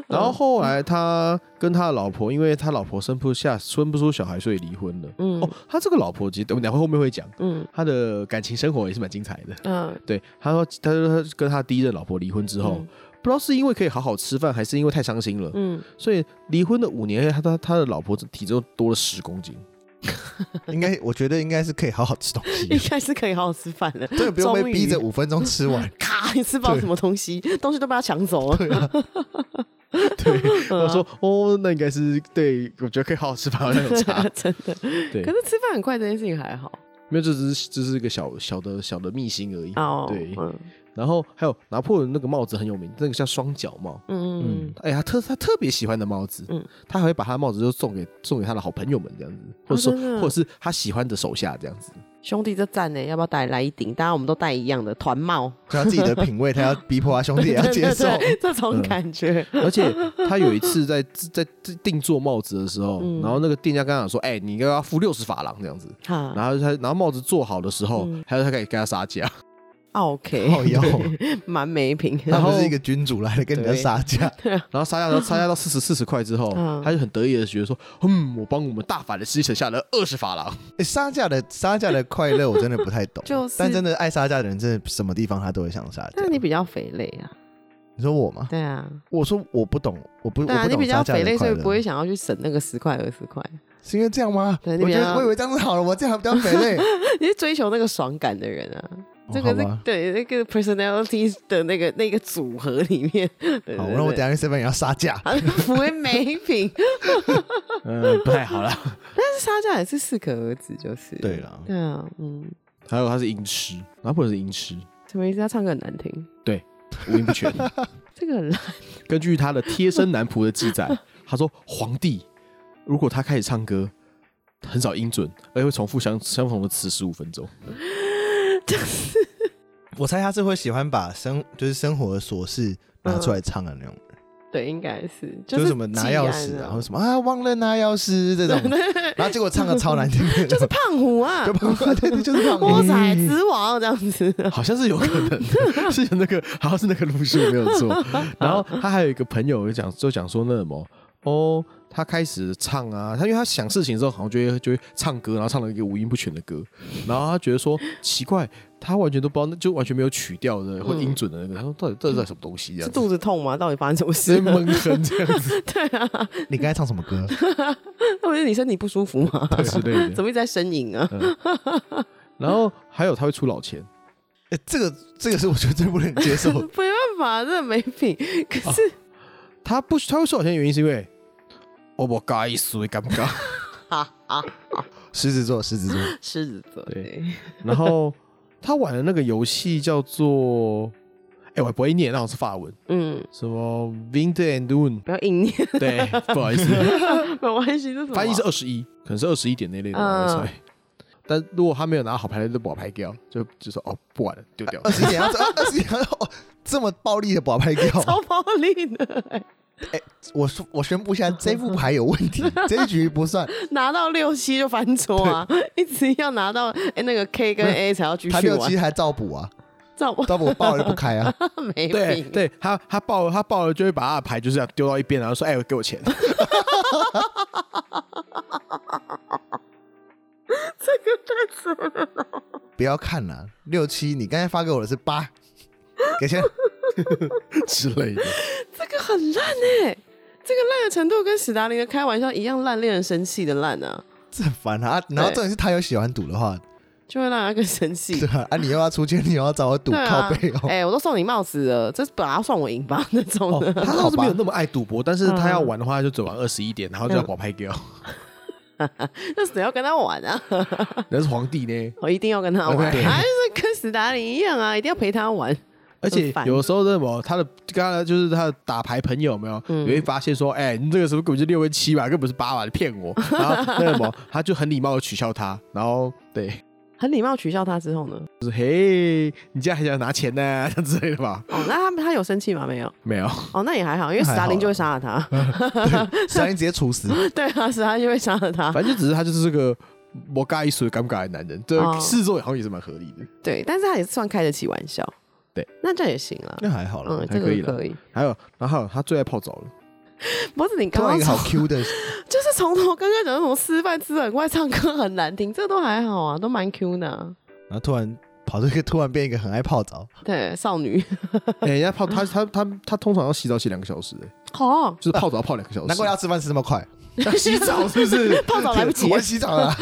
B: 然
C: 嗯
B: 后后来他跟他的老婆，因为他老婆生不下生不出小孩，所以离婚了。
C: 嗯
B: 哦，他这个老婆其实我们等会后面会讲，
C: 嗯
B: 他的感情生活也是蛮精彩的。
C: 嗯，
B: 对，他说，他说他跟他第一任老婆离婚之后，不知道是因为可以好好吃饭，还是因为太伤心了，
C: 嗯，
B: 所以离婚的五年，他他他的老婆体重多了十公斤。
C: (laughs)
A: 应该我觉得应该是可以好好吃东西
C: (laughs) 应 (laughs)
A: 的，
C: 该是可以好好吃饭了。
A: 真的不用被逼着
C: 终于
A: 五分钟吃
C: (laughs)
A: 完。
C: 咔，你吃饱什么东西，东西都被他抢走了。
B: 对，
C: 嗯啊。
B: 我说哦，那应该是对，我觉得可以好好吃饭，好像有差
C: (laughs) 真的，
B: 对
C: 可，是吃饭很快这件事情还好
B: 没有，这只是这是一个小小的小的秘辛而已。
C: 哦。
B: 对，
C: 嗯
B: 然后还有拿破仑那个帽子很有名，那个叫双角帽。
C: 嗯
B: 哎，他特他特别喜欢的帽子，
C: 嗯
B: 他还会把他的帽子就送给送给他的好朋友们这样子，或者说、
C: 哦真的
B: 或者是他喜欢的手下这样子。
C: 兄弟这赞欸呢，要不要带来一顶？当然我们都戴一样的团帽，
A: 就他自己的品味，他要逼迫他兄 (laughs) 弟也要啊接受。
C: 对对对这种感觉。
B: 而且他有一次在在在定做帽子的时候，
C: 嗯
B: 然后那个店家跟他讲说：“哎、你应该要付六十法郎这样子。”
A: 嗯
C: 哈
B: 然后他然后帽子做好的时候，
C: 嗯
B: 还有他可以跟他杀价，
C: 啊，OK，
A: 靠腰，
C: 蛮没品。
A: 他不是一个君主来了跟人家杀价， (laughs)
B: 然后杀价到杀价到四十四十块之后，
C: 嗯
B: 他就很得意的觉得说：“嗯，我帮我们大法的师省下了二十法
C: (laughs)
B: 郎。
A: 欸杀价的杀价的快乐我真的不太懂，
C: 就是
A: 但真的爱杀价的人，真的什么地方他都会想杀价
C: 那。你比较肥累啊，
A: 你说我吗？
C: 对啊，
A: 我说我不懂，我不我
C: 对啊，
A: 不
C: 你
A: 懂
C: 比较
A: 杀价
C: 肥累，
A: 的
C: 所
A: 快
C: 以不会
A: 乐，
C: 想要去省那个十块二十块，
A: 是因为这样吗？
C: 对你
A: 我
C: 比
A: 觉
C: 较
A: 得我以为这样子好了，我这样还比较肥
C: (laughs)
A: 累。
C: 你是追求那个爽感的人啊。
A: 哦
C: 这个
A: 好
C: 是
A: 吧
C: 对那个 personality 的那个那个组合里面，对对
A: 好，那我等下
C: 对，
A: 去 seven 也要杀价。
C: 好像不会没品，”
B: 嗯，不太好啦。
C: 但是杀价也是适可而止，就是
A: 对，了，
C: 对啊，嗯，
B: 还有他是音痴，拿破仑是音痴，
C: 什么意思？他唱歌很难听，
B: 五音不全。
C: 这个很烂，
B: 根据他的贴身男仆的记载， (laughs) 他说皇帝如果他开始唱歌，很少音准，而且会重复相相同的词十五分 (laughs) 钟。
C: 嗯
A: 我猜他是会喜欢把生就是生活的琐事拿出来唱的那种人。
C: 对，应该是
A: 就是什么拿
C: 季
A: 钥
C: 安
A: 匙，
C: 啊
A: 然后什么啊忘了拿钥
C: (laughs)
A: 匙这种，然后结果唱的超难听，
C: 就是胖虎啊
A: (laughs) 就，胖
C: (laughs)
A: 虎，对对，就是胖虎嗯
C: 窝仔之王这样子，
B: 好像是有可 (laughs) 能是有那个，好像是那个路数没有 (laughs) 错。然后他还有一个朋友就讲，就讲说那什么哦，他开始唱啊，他因为他想事情之后，好像就会就会唱歌，然后唱了一个五音不全的歌，然后他觉得说奇怪，他完全都不知道，就完全没有曲调的或音准的那个，他说到底到底在什么东西这
C: 是
B: 样子。
C: 肚子痛吗？到底发生什么
B: 直
C: 事
B: 接？
A: 嗯
B: 闷哼这样子
C: (laughs) 对啊，
A: 你刚才唱什么歌？
C: 或者你身体不舒服吗？
B: 之类的，
C: (laughs) 怎么一直在呻吟啊？
B: 然后还有他会出老钱，
A: 欸这个这个是我觉得最不能接受的。
C: 没办法，真的没品。可是
B: 他不他会出老钱的原因是因为哦我不该死，敢不敢？
C: 啊啊，
A: 狮子座，狮子座，
C: (laughs) 狮子座
B: 对
C: 对，
B: (laughs) 然后他玩的那个游戏叫做，哎、我还不会念，那我是法文，
C: 嗯，
B: 什么 Wind and Doon，
C: 不要硬念，
B: 对，不好意思，
C: (laughs) 没关系，这什么啊
B: 翻译是二十一，可能是二十一点那类的，
C: 嗯
B: sorry 但如果他没有拿好牌的，就把牌掉，就就说哦不玩了，丢掉
A: (laughs) 二。十点要二十点要哦，这么暴力的把牌
B: 啊
A: 掉，
C: (laughs) 超暴力的、
A: 我说我宣布一下，这副牌有问
C: (laughs)
A: 题，这一局不算。
C: 拿到六七就翻桌啊，一直要拿到哎、那个 K 跟 A 才要继
A: 他
C: 续啊
A: 六七
C: 玩，
A: 还照补啊，
C: 照我
A: 照补爆了不开啊， (laughs)
C: 没
B: 对
C: 品，
B: 对，他他爆了，他爆了就会把他的牌就是这样丢到一边，然后说：“哎、给我钱。 (laughs)
A: 不要看了、六七，你刚才发给我的是八，给钱。”
B: 之类的。
C: 这个很烂哎、这个烂的程度跟史达林的开玩笑一样烂，令人生气的烂啊，
A: 这很烦啊！然后重点是他有喜欢赌的话，
C: 就会让人家更生气
A: 对。啊， (laughs) 啊你又要出钱，你又要找我赌，
C: 对啊
A: 靠背哦，
C: 哎、我都送你帽子了，这本来要算我赢吧那种 (laughs) 的。
B: 哦，他倒是没有那么爱赌博，但是他要玩的话就只玩二十一点，然后就要
C: 嗯
B: 把牌 (laughs) 掉。
C: 那谁要跟他玩啊？
B: 那是皇
C: (laughs)
B: 帝呢，
C: 我一定要跟他玩，
B: 对
C: 还是跟史达林一样啊，一定要陪他玩。
B: 而且
C: 很烦
B: 有的时候那什么，他的刚才就是他的打牌朋友有没有，
C: 嗯
B: 你会发现说，哎、你这个时候根本就六跟七吧，根本是八吧，你骗
C: (laughs)
B: 我。然后那个什么，他就很礼貌的取笑他，然后对，
C: 很礼貌取笑他之后呢，
B: 就是嘿，你这样还想拿钱呢、 (laughs) 之类的吧？
C: 哦，那他们他有生气吗？没有，
B: 没有，
C: 哦，那也还好，因为
A: 那
C: 史
A: 还
C: 达林
A: 好
C: 就会杀了他。 (laughs)
A: 三人直接处死。
C: 对啊，史达林就会杀了他。
B: 反正就只是他就是这个我尬一水尴尬的男人，这
C: 哦
B: 事做好像也是蛮合理的。
C: 对，但是他也算开得起玩笑。
B: 对，
C: 那这样也行了。
A: 那还好了
C: 嗯，，
B: 还
C: 这个
B: 可以了
C: 可以。
B: 还有，然后还有他最爱泡澡了，
C: 不是你
A: 看
C: 刚
A: 到
C: 刚
A: 一个好
C: 从
A: Q 的，
C: 就是从头刚刚讲那种吃饭吃得很快，唱歌很难听，这都还好啊，都蛮 Q 的啊。
A: 然后突然跑这个，突然变一个很爱泡澡，
C: 对，少女。
B: 哎、人家泡他他他他通常要洗澡洗两个小时、哎
C: 哦，
B: 就是泡澡泡两个小时。
A: 难怪要吃饭吃那么快。
B: 要 (laughs) 洗澡是不是？
C: 泡澡来
A: (laughs)
C: 不及
A: 我。洗澡
C: (laughs)
A: 了，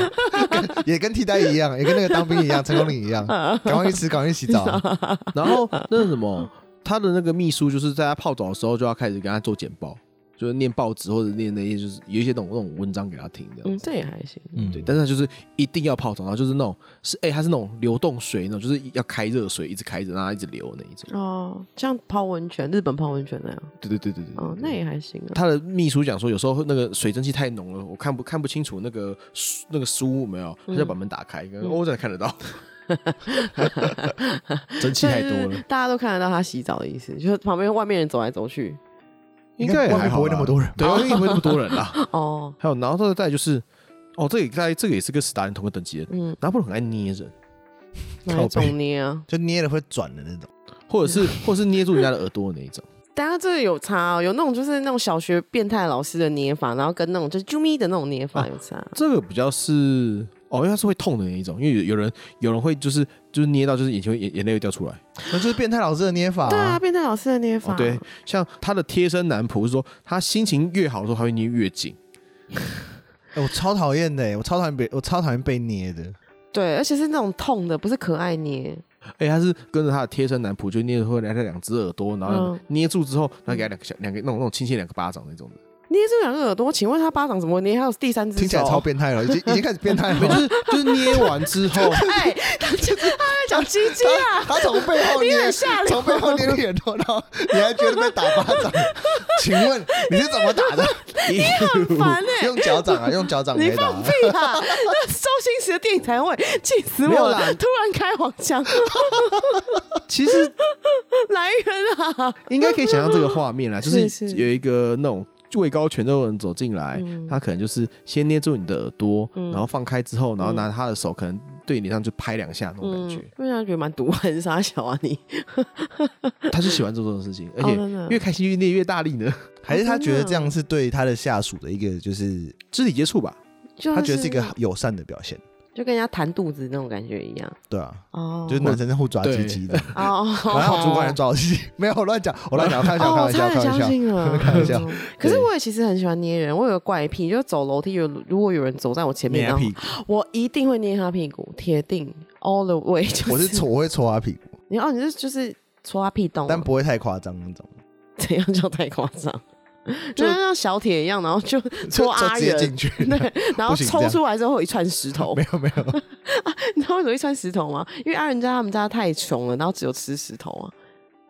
A: 跟也跟替代役一样，也跟那个当兵一样，成功岭一样，
C: (laughs) 嗯
A: 赶快去吃，赶快去洗澡啊。
B: 然后那是什么，他的那个秘书就是在他泡澡的时候就要开始给他做简报，就是念报纸或者念那些就是有一些那种那种文章给他听这
C: 嗯，
B: 样子。
C: 这也还行。
A: 嗯，
B: 对，但是他就是一定要泡澡，然后就是那种是哎、他是那种流动水那种，就是要开热水一直开着，让它一直流那一种。
C: 哦，像泡温泉，日本泡温泉那样。
B: 对对对对对对。
C: 哦，那也还行啊。
B: 他的秘书讲说，有时候那个水蒸气太浓了，我看不看不清楚那个书那个书有没有，
C: 嗯
B: 他就把门打开，哦我才看得到，
C: (laughs)
B: (laughs) 蒸汽太多
C: 就是
B: 了，
C: 大家都看得到他洗澡的意思，就是旁边外面人走来走去。
B: 应该也
A: 外
B: 还
A: 面
B: 好
A: 不会那么多人
B: 吧，对，外面不会那么多人啦。
A: (laughs)
C: 哦，
B: 还有，然后再来就是，哦，这个在这个也是跟史达林同个等级的，
C: 嗯，
B: 拿破仑很爱捏人，
C: 哪
A: 靠
C: 一
A: 背
C: 种捏啊？
A: 就捏了会转的那种。
B: 或者是
A: 嗯
B: 或者是捏住人家的耳朵的那一种，
C: 大家这个有差、哦，有那种就是那种小学变态老师的捏法，然后跟那种就是啾咪的那种捏法
B: 啊
C: 有差。
B: 这个比较是哦，因为它是会痛的那一种，因为有有人有人会就是就是捏到就是眼睛会眼眼泪会掉出来，
A: 那就是变态老师的捏法、
C: 对啊，，变态老师的捏法。
A: 啊
B: 哦，对，像他的贴身男仆是说，他心情越好的时候，他会捏越紧，
A: 哎我超讨厌的、我超讨厌被，我超讨厌被捏的。
C: 对而且是那种痛的，不是可爱捏。
B: 哎，他是跟着他的贴身男仆就捏会来他两只耳朵，然后
C: 嗯
B: 捏住之后，然后给他两个小两个那种那种轻轻两个巴掌那种的，
C: 捏住两个耳朵，请问他巴掌怎么捏？还有第三只手？
A: 听起来超变态了，已经已经开始变态
B: 没有
A: 了。
B: (laughs) 就是就是捏完
A: (laughs)
B: 之后，
C: 哎，他就 (laughs) 他在讲鸡鸡啊， (laughs)
A: 他从背后
C: 你
A: 捏
C: 很下，流
A: 从背后捏脸头，然后你还觉得被打巴掌？请问你是怎么
C: (laughs)
A: 打的？
B: 你
C: 很烦哎、
A: 用脚掌啊，用脚掌
C: 你
A: 来
C: 放
A: 打。
C: 屁啊！那周星驰的电影才会气死
B: 没有
C: 我了！
B: 啦
C: 突然开黄腔，
B: 其实
C: 来人啊！
B: 应该可以想象这个
C: (laughs)
B: 画面啦，就是
C: 是嗯
B: 有一个那种。位高权重的人走进来，他可能就是先捏住你的耳朵，然后放开之后，然后拿他的手可能对你脸上就拍两下那种感觉。
C: 因为他嗯觉得蛮毒很傻小啊你。
B: 他就喜欢做这种事情，而且
C: 哦真的
B: 越开心越捏越大力呢，
A: 还是他觉得这样是对他的下属的一个，就是
B: 肢体接触吧。
C: 就
A: 他觉得是一个友善的表现，
C: 就跟人家弹肚子那种感觉一样
A: 对啊，
C: 哦，
A: 就是男生在互抓鸡鸡的，
C: 哦，
A: 然后主管人抓我鸡鸡，没有我乱讲，我乱讲，开玩笑，开玩笑，开
C: (laughs) 哦，我差点
A: 玩
C: 相
A: 笑。
C: 信了，
A: 开玩笑
C: 嗯 (laughs) 可是我也其实很喜欢捏人，我有个怪癖，就是走楼梯，有如果有人走在我前面，
A: 捏他
C: 然后 (laughs)
A: 屁股，
C: 我一定会捏他屁股，铁定 all the way 就
A: (laughs)
C: 是。
A: 我是戳，我会戳他屁股，
C: 你哦，你是就是戳他屁洞啊，
A: 但不会太夸张那
C: (laughs)
A: 种，
C: 怎样叫太夸张？
A: 就
C: 就像小铁一样，然后就戳
A: (laughs) 就
C: 阿
A: 直接
C: 人，
A: 进去。
C: 对，然后
A: 不行这
C: 抽
A: 样
C: 出来之后有一串石
A: (laughs)
C: 头啊
A: 没，有没
C: (laughs)
A: 有，
C: 你知道为什么一串石头吗？因为阿人家他们家太穷了，然后只有吃石头啊。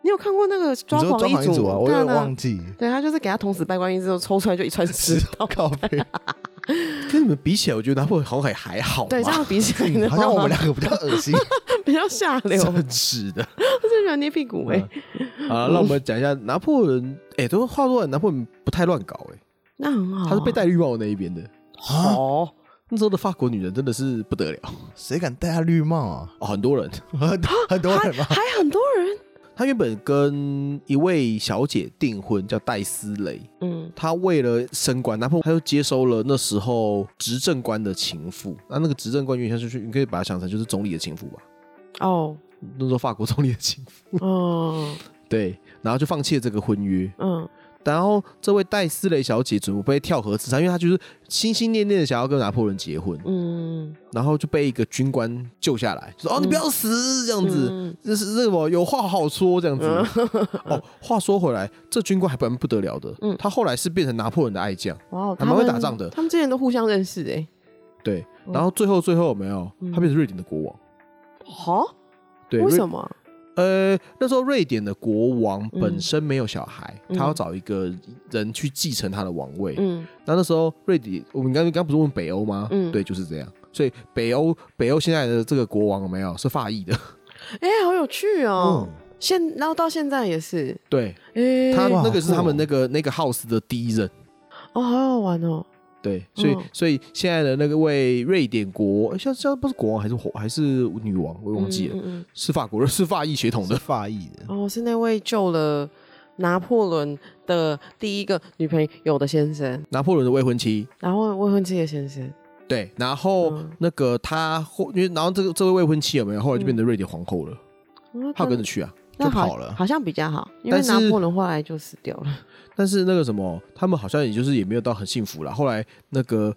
C: 你有看过那个《抓
A: 你说
C: 狂
A: 装潢一
C: 族
A: 组》啊，我有
C: 对
A: 点
C: 啊
A: 忘记。
C: 对他就是给他童子拜观音之后抽出来就一
B: (laughs)
C: 串石
A: 石
C: 头，
A: 头
B: 哦
A: 靠
C: (laughs)
A: 背，
B: 跟你们比起来，我觉得他会好像还还好吧，
C: 对，这样比起来的
A: 嗯
C: 话
A: 好像我们两个比较恶心。
C: 比较下流。 (laughs) 我
B: 真是哦的。
C: 最喜欢捏屁股哎、
B: 啊，让我们讲一下拿破仑。哎、都话说回来拿破仑不太乱搞、哎，
C: 那很好啊、
B: 他是被戴绿帽那一边的。
C: 哦，
B: 那时候的法国女人真的是不得了
A: 谁敢戴他绿帽啊？
B: 哦，很多人。
A: 很很多
C: 还
A: 人吧？
C: 还很多人，
B: 她原本跟一位小姐订婚，叫戴斯雷。
C: 嗯，
B: 她为了升官，拿破仑他就接收了那时候执政官的情妇。那那个执政官有点像就是你可以把它想成就是总理的情妇吧， (laughs)
C: 哦，
B: 那时候法国总理的情妇。
C: 嗯
B: 对，然后就放弃了这个婚约。
C: 嗯，
B: 然后这位戴斯雷小姐准备跳河自杀，因为她就是心心念念的想要跟拿破仑结婚，
C: 嗯，
B: 然后就被一个军官救下来，就说：“哦，你不要死，这样子，
C: 嗯
B: 这是这什么有话好说，这样子。哦，话说回来，这军官还蛮不得了的，
C: 嗯
B: 他后来是变成拿破仑的爱将，
C: 哇哦，
B: 还
C: 他们
B: 蛮会打仗的
C: 他们之前都互相认识哎、
B: 对，
C: 哦
B: 然后最后最后有没有，他变成瑞典的国王。
C: 好，
B: 哦对，
C: 嗯为
B: 瑞
C: 什么？啊
B: 呃，那时候瑞典的国王本
C: 嗯
B: 身没有小孩，
C: 嗯
B: 他要找一个人去继承他的王位。
C: 嗯
B: 那那时候瑞典，我们刚刚不是问北欧吗？
C: 嗯
B: 对，就是这样。所以北欧北欧现在的这个国王有没有是法裔的？
C: 哎、好有趣哦、
A: 嗯，
C: 现然后到现在也是，
B: 对，
C: 哎、
B: 他
A: 哇
B: 那个是他
A: 酷哦
B: 们那个那个 house 的第一任。
C: 哦，好好玩哦、
B: 对，所以、
C: 嗯
B: 所以现在的那个位瑞典国，呃像像不是国王还是皇还是女王，我忘记了，
C: 嗯嗯
B: 是法国人，是法裔血统
A: 是
B: 的。
A: 发裔的，
C: 嗯哦，是那位救了拿破仑的第一个女朋友的先生，
B: 拿破仑的未婚妻，
C: 然后未婚妻的先生，
B: 对，然后
C: 嗯
B: 那个他后，因为然后这个这位未婚妻有没有后来就变
C: 嗯
B: 成瑞典皇后了？
C: 哦
B: 她有跟着去啊，
C: 那
A: 就
C: 好
A: 跑了
C: 好像比较好，因为
B: 但是
C: 拿破仑后来就死掉了。
B: 但是那个什么，他们好像也就是也没有到很幸福啦。后来那个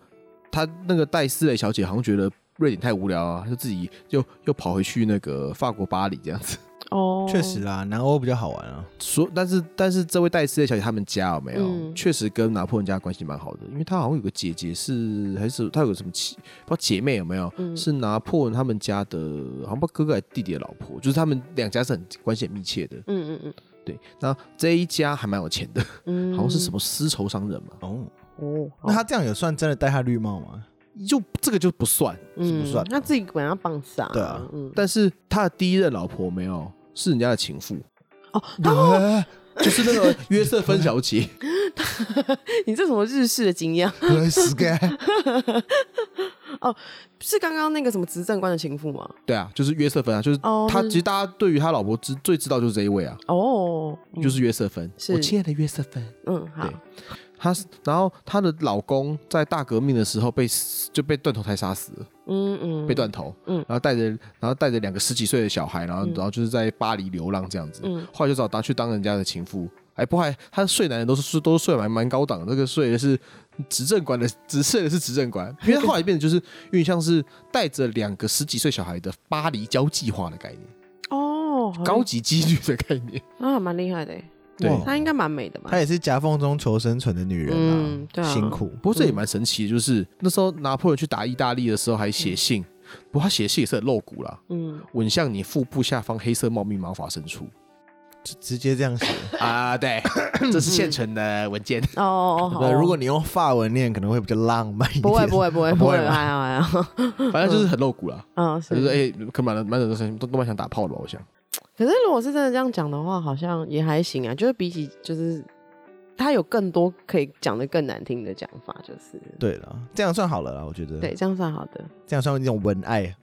B: 他那个戴斯雷小姐好像觉得瑞典太无聊啊，她就自己又又跑回去那个法国巴黎这样子。
C: 哦，
A: 确实啦，南欧比较好玩啊。
B: 所但是但是这位戴斯雷小姐他们家有没有
C: 嗯
B: 确、实跟拿破仑家关系蛮好的，因为她好像有个姐姐是还是她有个什么姐不知道姐妹有没有、
C: 嗯
B: 是拿破仑他们家的，好像不知道哥哥还是弟弟的老婆，就是他们两家是很关系很密切的。
C: 嗯嗯嗯
B: 对，那这一家还蛮有钱的，
C: 嗯，
B: 好像是什么丝绸商人嘛，
A: 哦，
C: 哦，
A: 那他这样有算真的戴他绿帽吗？
B: 就这个就不算。
A: 是不
C: 嗯
A: 算
C: 那自己本来要棒杀，
A: 对啊，
C: 嗯，
B: 但是他的第一任老婆没有，是人家的情妇，
C: 哦，
A: 啊
B: 就是那个约瑟芬
C: (laughs)
B: 小姐。
C: (laughs) 你这什么日式的经验？
A: 死该！
C: 是刚刚那个什么执政官的情妇吗？
B: 对啊，就是约瑟芬啊，就是
C: 哦
B: 他。
C: 那
B: 其实大家对于他老婆知最知道就是这一位啊，
C: 哦，嗯
B: 就是约瑟芬，
C: 是
B: 我亲爱的约瑟芬。
C: 嗯，好
B: 对，她是，然后她的老公在大革命的时候被死就被断头台杀死了，
C: 嗯嗯，
B: 被断头，
C: 嗯
B: 然后带着然后带着两个十几岁的小孩，然后
C: 嗯
B: 然后就是在巴黎流浪这样子，
C: 嗯
B: 后来就找他去当人家的情妇。哎，不还他睡男人都是都是睡蛮蛮高档的，这个睡的是执政官的，只睡的是执
C: (laughs)
B: 政官，因为他后来变得就是有点像是带着两个十几岁小孩的巴黎交际化的概念，
C: 哦，好
B: 高级几率的概念。
C: 啊，蛮厉害的耶，
A: 对
B: 哇
C: 她应该蛮美的吧
A: 她？也是夹缝中求生存的女人啊，
C: 嗯对啊
A: 辛苦。
B: 不过这也蛮神奇的，就是那时候拿破仑去打意大利的时候还写信，不过他写信也是很露骨啦，
C: 嗯，
B: 吻向你腹部下方黑色茂密毛发深
C: (laughs)
B: 处
A: 直直接这样写。
B: 啊，对， (laughs) 这是现成的文
C: (laughs)
B: 件。
C: 哦哦哦，好
A: 对，
C: 哦，
A: 如果你用法文念，可能会比较浪漫一点。
C: 不会不会不会
A: 不
C: 不会，
A: 会吗
C: 还好还好， (laughs)
B: 反正就是很露骨啦，
C: 嗯，
B: 就是
C: 是。
B: 哎，可蛮蛮多都都蛮想打炮的吧，我想。
C: 可是如果是真的这样讲的话，好像也还行啊，就是比起就是。他有更多可以讲的更难听的讲法，就是
A: 对了，这样算好了啦，我觉得。
C: 对，，这样算好的。
A: 这样算一种文爱。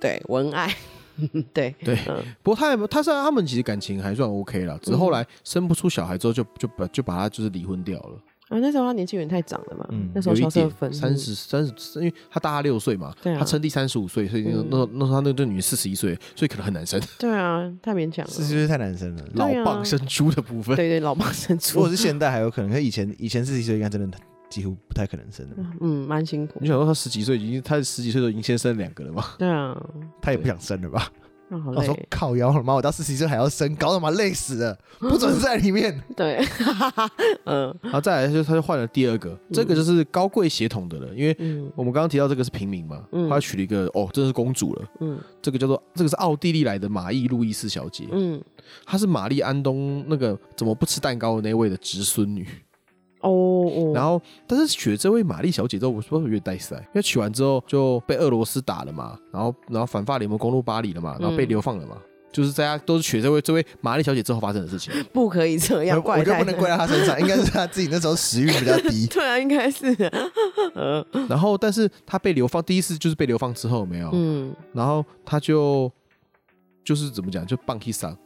C: 对，文爱， (laughs) 对
B: 对
C: 嗯
B: 不过他也没有他是他们其实感情还算 OK 啦，只是后来生不出小孩之后就就把就把他就是离婚掉了。
C: 啊，那时候他年纪有点太长了嘛，
A: 嗯
C: 那时
B: 有
C: 候
B: 一
C: 萧瑟
B: 点
C: 芬
B: 三十三十，因为他大他六岁嘛，
C: 对啊
B: 他称帝三十五岁，所以那时候
C: 嗯
B: 那时候那时候他那个女四十一岁，所以可能很难生。
C: 对啊，太勉强了。
A: 是就是太男生了。
B: 老
C: 对啊
B: 蚌生珠的部分，
C: 对对，老蚌生
A: 如果
C: 出，
A: 是现代还有可能，可以前以前四十岁应该真的几乎不太可能生的，
C: 嗯，蛮辛苦
B: 你。想说他十几岁已经，他十几岁都已经先生两个了吗？
C: 对啊，
A: 他也不想生了吧？
C: 那好
A: 哦我说
C: 累。
A: 靠腰了妈，我到四十岁还要生，搞得妈累死
C: (laughs)
A: 了，不准在里面。
C: 对， (laughs) 嗯
B: 然后再来就是他就换了第二个，这个就是高贵血统的了，因为
C: 嗯
B: 我们刚刚提到这个是平民嘛，
C: 嗯
B: 他娶了一个哦，这是公主了，
C: 嗯
B: 这个叫做这个是奥地利来的玛丽路易斯小姐，
C: 嗯，
B: 她是玛丽安东那个怎么不吃蛋糕的那位的侄孙女。
C: 哦哦，
B: (laughs) 然
C: 后
B: 后，但是娶了这位玛丽小姐之后，我说有点带塞，因为娶完之后就被俄罗斯打了嘛，然后然后反法联盟攻入巴黎了嘛，然后被
C: 嗯
B: 流放了嘛，就是在家都是娶了这位这位玛丽小姐之后发生的事情。
C: 不可以这
A: 我
C: 样，
A: 我
C: 怪
A: 就
C: 胎
A: 不能怪在他身上，应该是他自己那时候食欲比较 (laughs) 低。
C: 对啊，应该是，嗯
B: 然后，但是她被流放，第一次就是被流放之后有没有，
C: 嗯
B: 然后她就就是怎么讲，就棒 kiss 啊，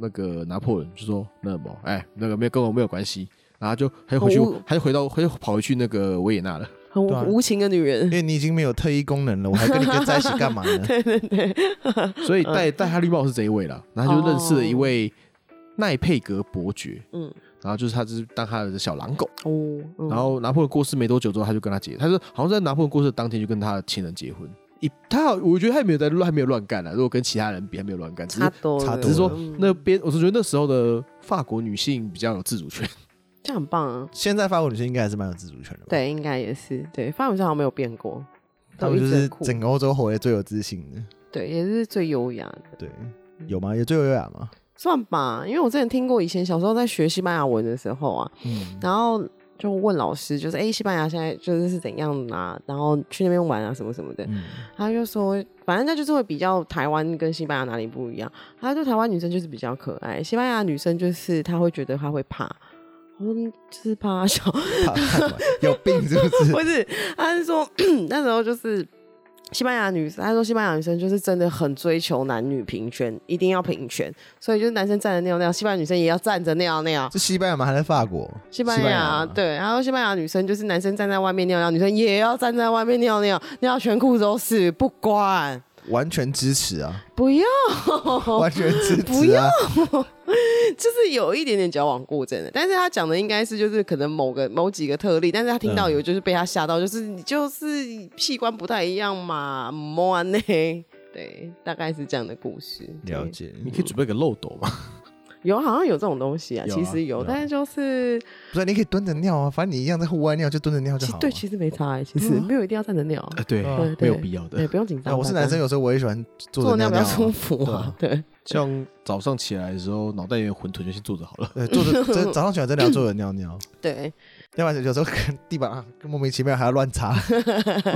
B: 那个拿破仑就说那么哎那个没有跟我没有关系，然后她就她就
C: 哦
B: 回去，她就回到她就跑回去那个维也纳了。
C: 很
A: 对啊
C: 无情的女
A: 因 (laughs)
C: 人。
A: 为你已经没有特异功能了，我还跟你跟在一起干嘛呢？
C: (laughs) 对对对，
B: 所
C: 嗯
B: 以戴戴他绿帽是这一位啦，然后他就认识了一位奈佩格伯爵，
C: 哦嗯
B: 然后就是他就是当他的小狼狗，
C: 哦，嗯
B: 然后拿破仑过世没多久之后，他就跟他结，他说好像在拿破仑过世的当天就跟他的情人结婚。一他好我觉得他也没有在乱，还没有乱干啦。如果跟其他人比，还没有乱干，只
C: 差
B: 是
C: 多了，
A: 差多
B: 只是说
C: 嗯
B: 那边，我是觉得那时候的法国女性比较有自主权。 (laughs)
C: 这样很棒啊。
A: 现在法国女性应该还是蛮有自主权的吧？，
C: 对，应该也是对，发文上好像没有变过，
A: 他
C: 都
A: 们
C: 一
A: 就
C: 直
A: 是
C: 很酷
A: 整个欧洲活得最有自信的。
C: 对，也是最优雅的，
A: 对，有吗？有最优雅吗？
C: 算吧。因为我之前听过，以前小时候在学西班牙文的时候啊，
A: 嗯，
C: (laughs) 然后就问老师，就是哎、诶西班牙现在就是是怎样啊？然后去那边玩啊，什么什么的。
A: 嗯
C: 他就说，反正他就是会比较台湾跟西班牙哪里不一样。他说台湾女生就是比较可爱，西班牙女生就是她会觉得她会怕，我说嗯就是怕 (laughs) 小
A: 怕怕什么有病是不
C: (laughs)
A: 是？
C: 不是，他是说 (clears throat) 那时候就是西班牙女生，他说西班牙女生就是真的很追求男女平权，一定要平权，所以就是男生站着尿尿，西班牙女生也要站着尿 (laughs) 尿。
A: 是西班牙吗？还是法国？
C: 西班牙
A: 吗
C: 对，然后西班牙女生就是男生站在外面尿尿，女生也要站在外面尿尿，尿全裤都是，不管， (laughs)
A: 完全支持啊，
C: 不要，
A: 完全支持、啊。
C: 哦不要就是有一点点矫枉过正的。但是他讲的应该是就是可能某个某几个特例，但是他听到有就是被他吓到，就是你就是器官不太一样嘛，莫安呢？ (laughs) 对，大概是这样的故事。
A: 了
C: 对
A: 解，
B: 你可以准备个漏斗嘛？
C: 有好像有这种东西啊，
B: 有啊
C: 其实有，
B: 有啊
C: 但是就是
A: 不是你可以蹲着尿啊，反正你一样在户外尿就蹲着尿就
C: 其
A: 好了。
C: 对，其实没差、欸，其实、没有一定要站着尿，
B: (laughs) 呃， (laughs) 对
A: 啊
C: 对，
B: 没
C: 对
B: 有必要
C: 对，
B: 的。
C: 不用紧张、
A: 那哎我是男生，有时候我也喜欢坐
C: 坐
A: 着
C: 尿
A: 尿
C: 比
A: 尿
C: 较
A: 啊、
C: 舒服啊， (laughs) 对，
B: 像早上起来的时候，脑袋有点混沌，就先坐着好
A: (laughs)
B: 了。
A: 对，坐
C: (laughs)
A: 着真早上起来真的要坐着尿尿，
C: 对，
A: 要不然有时候看地板啊莫名其妙还要乱
C: (laughs)
A: 擦，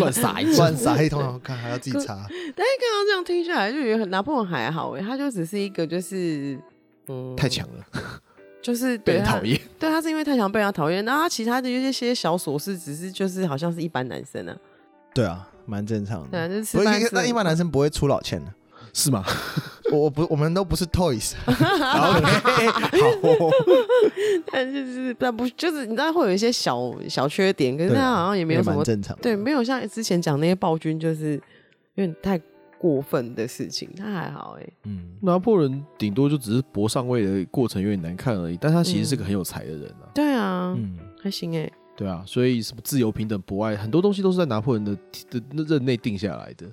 B: 乱撒一
A: 乱撒一通，啊看还要自己擦。
C: 刚刚这样听下来就觉得拿破仑还好哎、欸，他就只是一个就是。嗯，
B: 太，强了，
C: 就是
B: (laughs) 被
C: 对啊
B: 人
C: 他
B: 讨厌。 (laughs)
C: 对，他是因为太想被他讨厌，那他其他的一些小琐事，只是就是好像是一般男生啊，
A: 对啊，蛮正常
C: 对啊，
A: 的。
C: 就是
A: 不是
C: 吃饭
A: 应该那一般男生不会出老千的，
B: 是 (laughs) 吗？
A: 我我不我们都不是
C: (laughs)
A: toys，
B: 然后呢
A: 哦
B: 好，
C: (laughs) 但就是但不就是你知道会有一些小小缺点，可是
A: 对啊
C: 他好像也没有
A: 也
C: 什么
A: 蛮正常的。
C: 对，没有像之前讲那些暴君就是有点太过分的事情，他还好哎、
A: 嗯，
B: 拿破仑顶多就只是搏上位的过程有点难看而已，但他其实是个很有才的人啊，
C: 对啊，
A: 嗯，
C: 还行哎、
B: 对啊，所以什么自由、平等、博爱，很多东西都是在拿破仑的的的任内定下来的。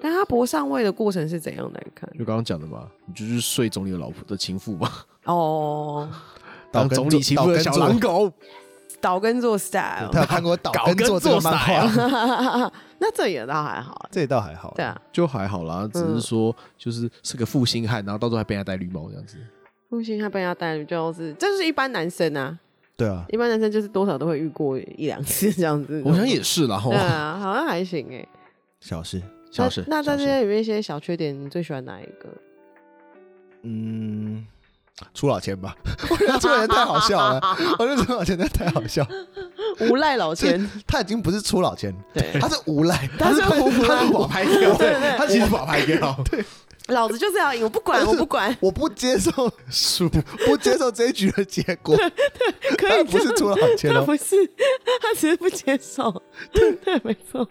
C: 但他博上位的过程是怎样难看？
B: 就刚刚讲的嘛，你就是睡总理的老婆的情妇嘛，
C: 哦，
A: 岛
B: 当
A: 根
B: 总
A: 做
B: 理媳妇
A: 岛
B: 的
A: 根
B: 小
A: 做
B: 狼狗，
C: 岛根做 style，
A: 他有
C: (laughs)
A: 看过岛
B: 搞
A: 根
B: 跟
A: 做这个
B: 做
A: 漫画，
C: 那这也倒还好，
A: 这倒还好。
C: 对啊，
B: 就还好啦，只是说就是是个负心汉，然后到时候还被人家戴绿帽这样子。
C: 父亲他被他带，就是这就是一般男生啊，
A: 对啊，
C: 一般男生就是多少都会遇过一两次这样子。
B: 我想也是啦，吼
C: 对，啊，好像还行哎、欸。
A: 哦小事。
B: 小事。
C: 那那在这
B: 小事
C: 些里面一些小缺点，你最喜欢哪一个？
A: 嗯，出老千吧， (laughs) 我觉得出老千太好笑了， (laughs) 我觉得出老千真的太好笑，
C: (laughs) 无赖老千，
A: 他已经不是出老千，
C: 对，
A: 他是无赖，
C: (laughs) 他是
A: 他是
C: 无赖
A: 他是我
C: (laughs)
A: 拍掉，
C: 对对
A: 他其实我拍掉，对，
C: 老子就是要赢，我不管，我不管，
A: 我不接受输， (laughs) 不接受这一局的结果，
C: 可
A: 他
C: 以
A: 不
C: 这
A: 是
C: 样
A: 出老千
C: 他
A: 哦，
C: 不是，他只是不接
A: (laughs)
C: 受。对，没错，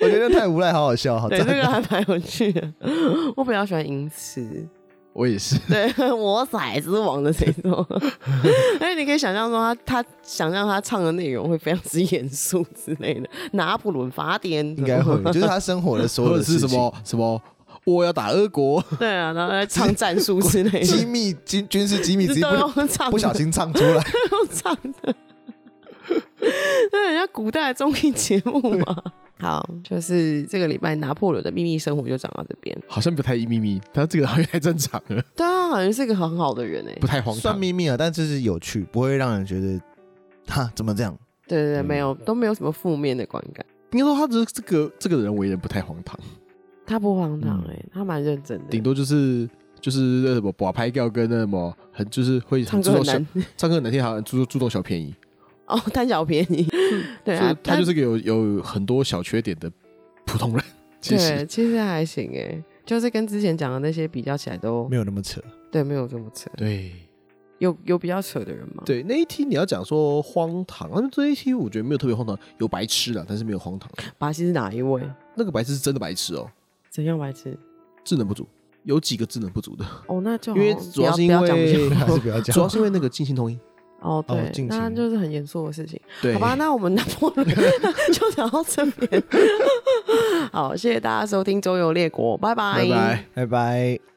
A: 我觉得太无赖，好好笑，好
C: 对，
A: 赞哦
C: 这，个还蛮有趣的。 (laughs) 我比较喜欢银池，
B: 我
C: (laughs)
B: 也是，
C: 对，我骰子王的这 (laughs) 种。而且你可以想象说他，他想象他唱的内容会非常之严肃之类的，拿破仑法典
A: 应该会，就是他生活的所
B: 或
A: 有
B: 者
A: 的
B: 是
A: 事
B: 什
A: 情
B: 么什么，我要打俄国，
C: 对啊，然后来 (laughs) 唱战术之类
A: 机
C: 的，
A: 密军军事机密，自
C: 这
A: 己
C: 都
A: 不
C: 用唱的，
A: 不小心唱出 (laughs) 来，
C: 都用唱的。那人家古代的综艺节目嘛。 (laughs) 好，就是这个礼拜拿破仑的秘密生活就讲到这边。
B: 好像不太秘密，但这个好像太正常了，
C: 对啊，好像是一个很好的人哎、
B: 不太荒
A: 算
B: 唐。
A: 秘密啊，但就是有趣，不会让人觉得哈怎么这样，
C: 对对对，
B: 嗯
C: 没有都没有什么负面的观感，
B: 应该说他只是这个这个人为人不太荒唐，
C: 嗯他不荒唐哎、他蛮认真的，
B: 嗯顶多就是就是那什么把拍掉跟那什么很就是会
C: 唱
B: 很
C: 歌
B: 注
C: 很
B: 重小
C: 难
B: 唱歌很难听，好像注注重小便宜，
C: 哦，贪小便
B: (laughs)
C: 宜，对
B: 所
C: 啊
B: 以，他就是个有有很多小缺点的普通人。其实
C: 对，其实还行哎、就是跟之前讲的那些比较起来都
A: 没有那么扯，
C: 对，没有这么扯，
B: 对
C: 有有比较扯的人吗？，
B: 对，那一期你要讲说荒唐，但是这一期我觉得没有特别荒唐，有白痴了，但是没有荒唐。
C: 巴西是哪一位？
B: 那个白痴是真的白痴哦，
C: 怎样白痴？
B: 智能不足，有几个智能不足的，
C: 哦，那就好
B: 因为
C: 不
B: 主要是因
C: 不讲比较
B: (laughs) 为
A: (laughs) 还是不要讲
B: 主要是因为那个进行同音。
C: 哦，对，
A: 近期
C: 那就是很严肃的事情。
B: 对，
C: 好吧，那我们拿破仑 (laughs) 就讲到这 (laughs) 边。好，谢谢大家收听《周游列国》，拜
B: 拜拜。
A: 拜拜。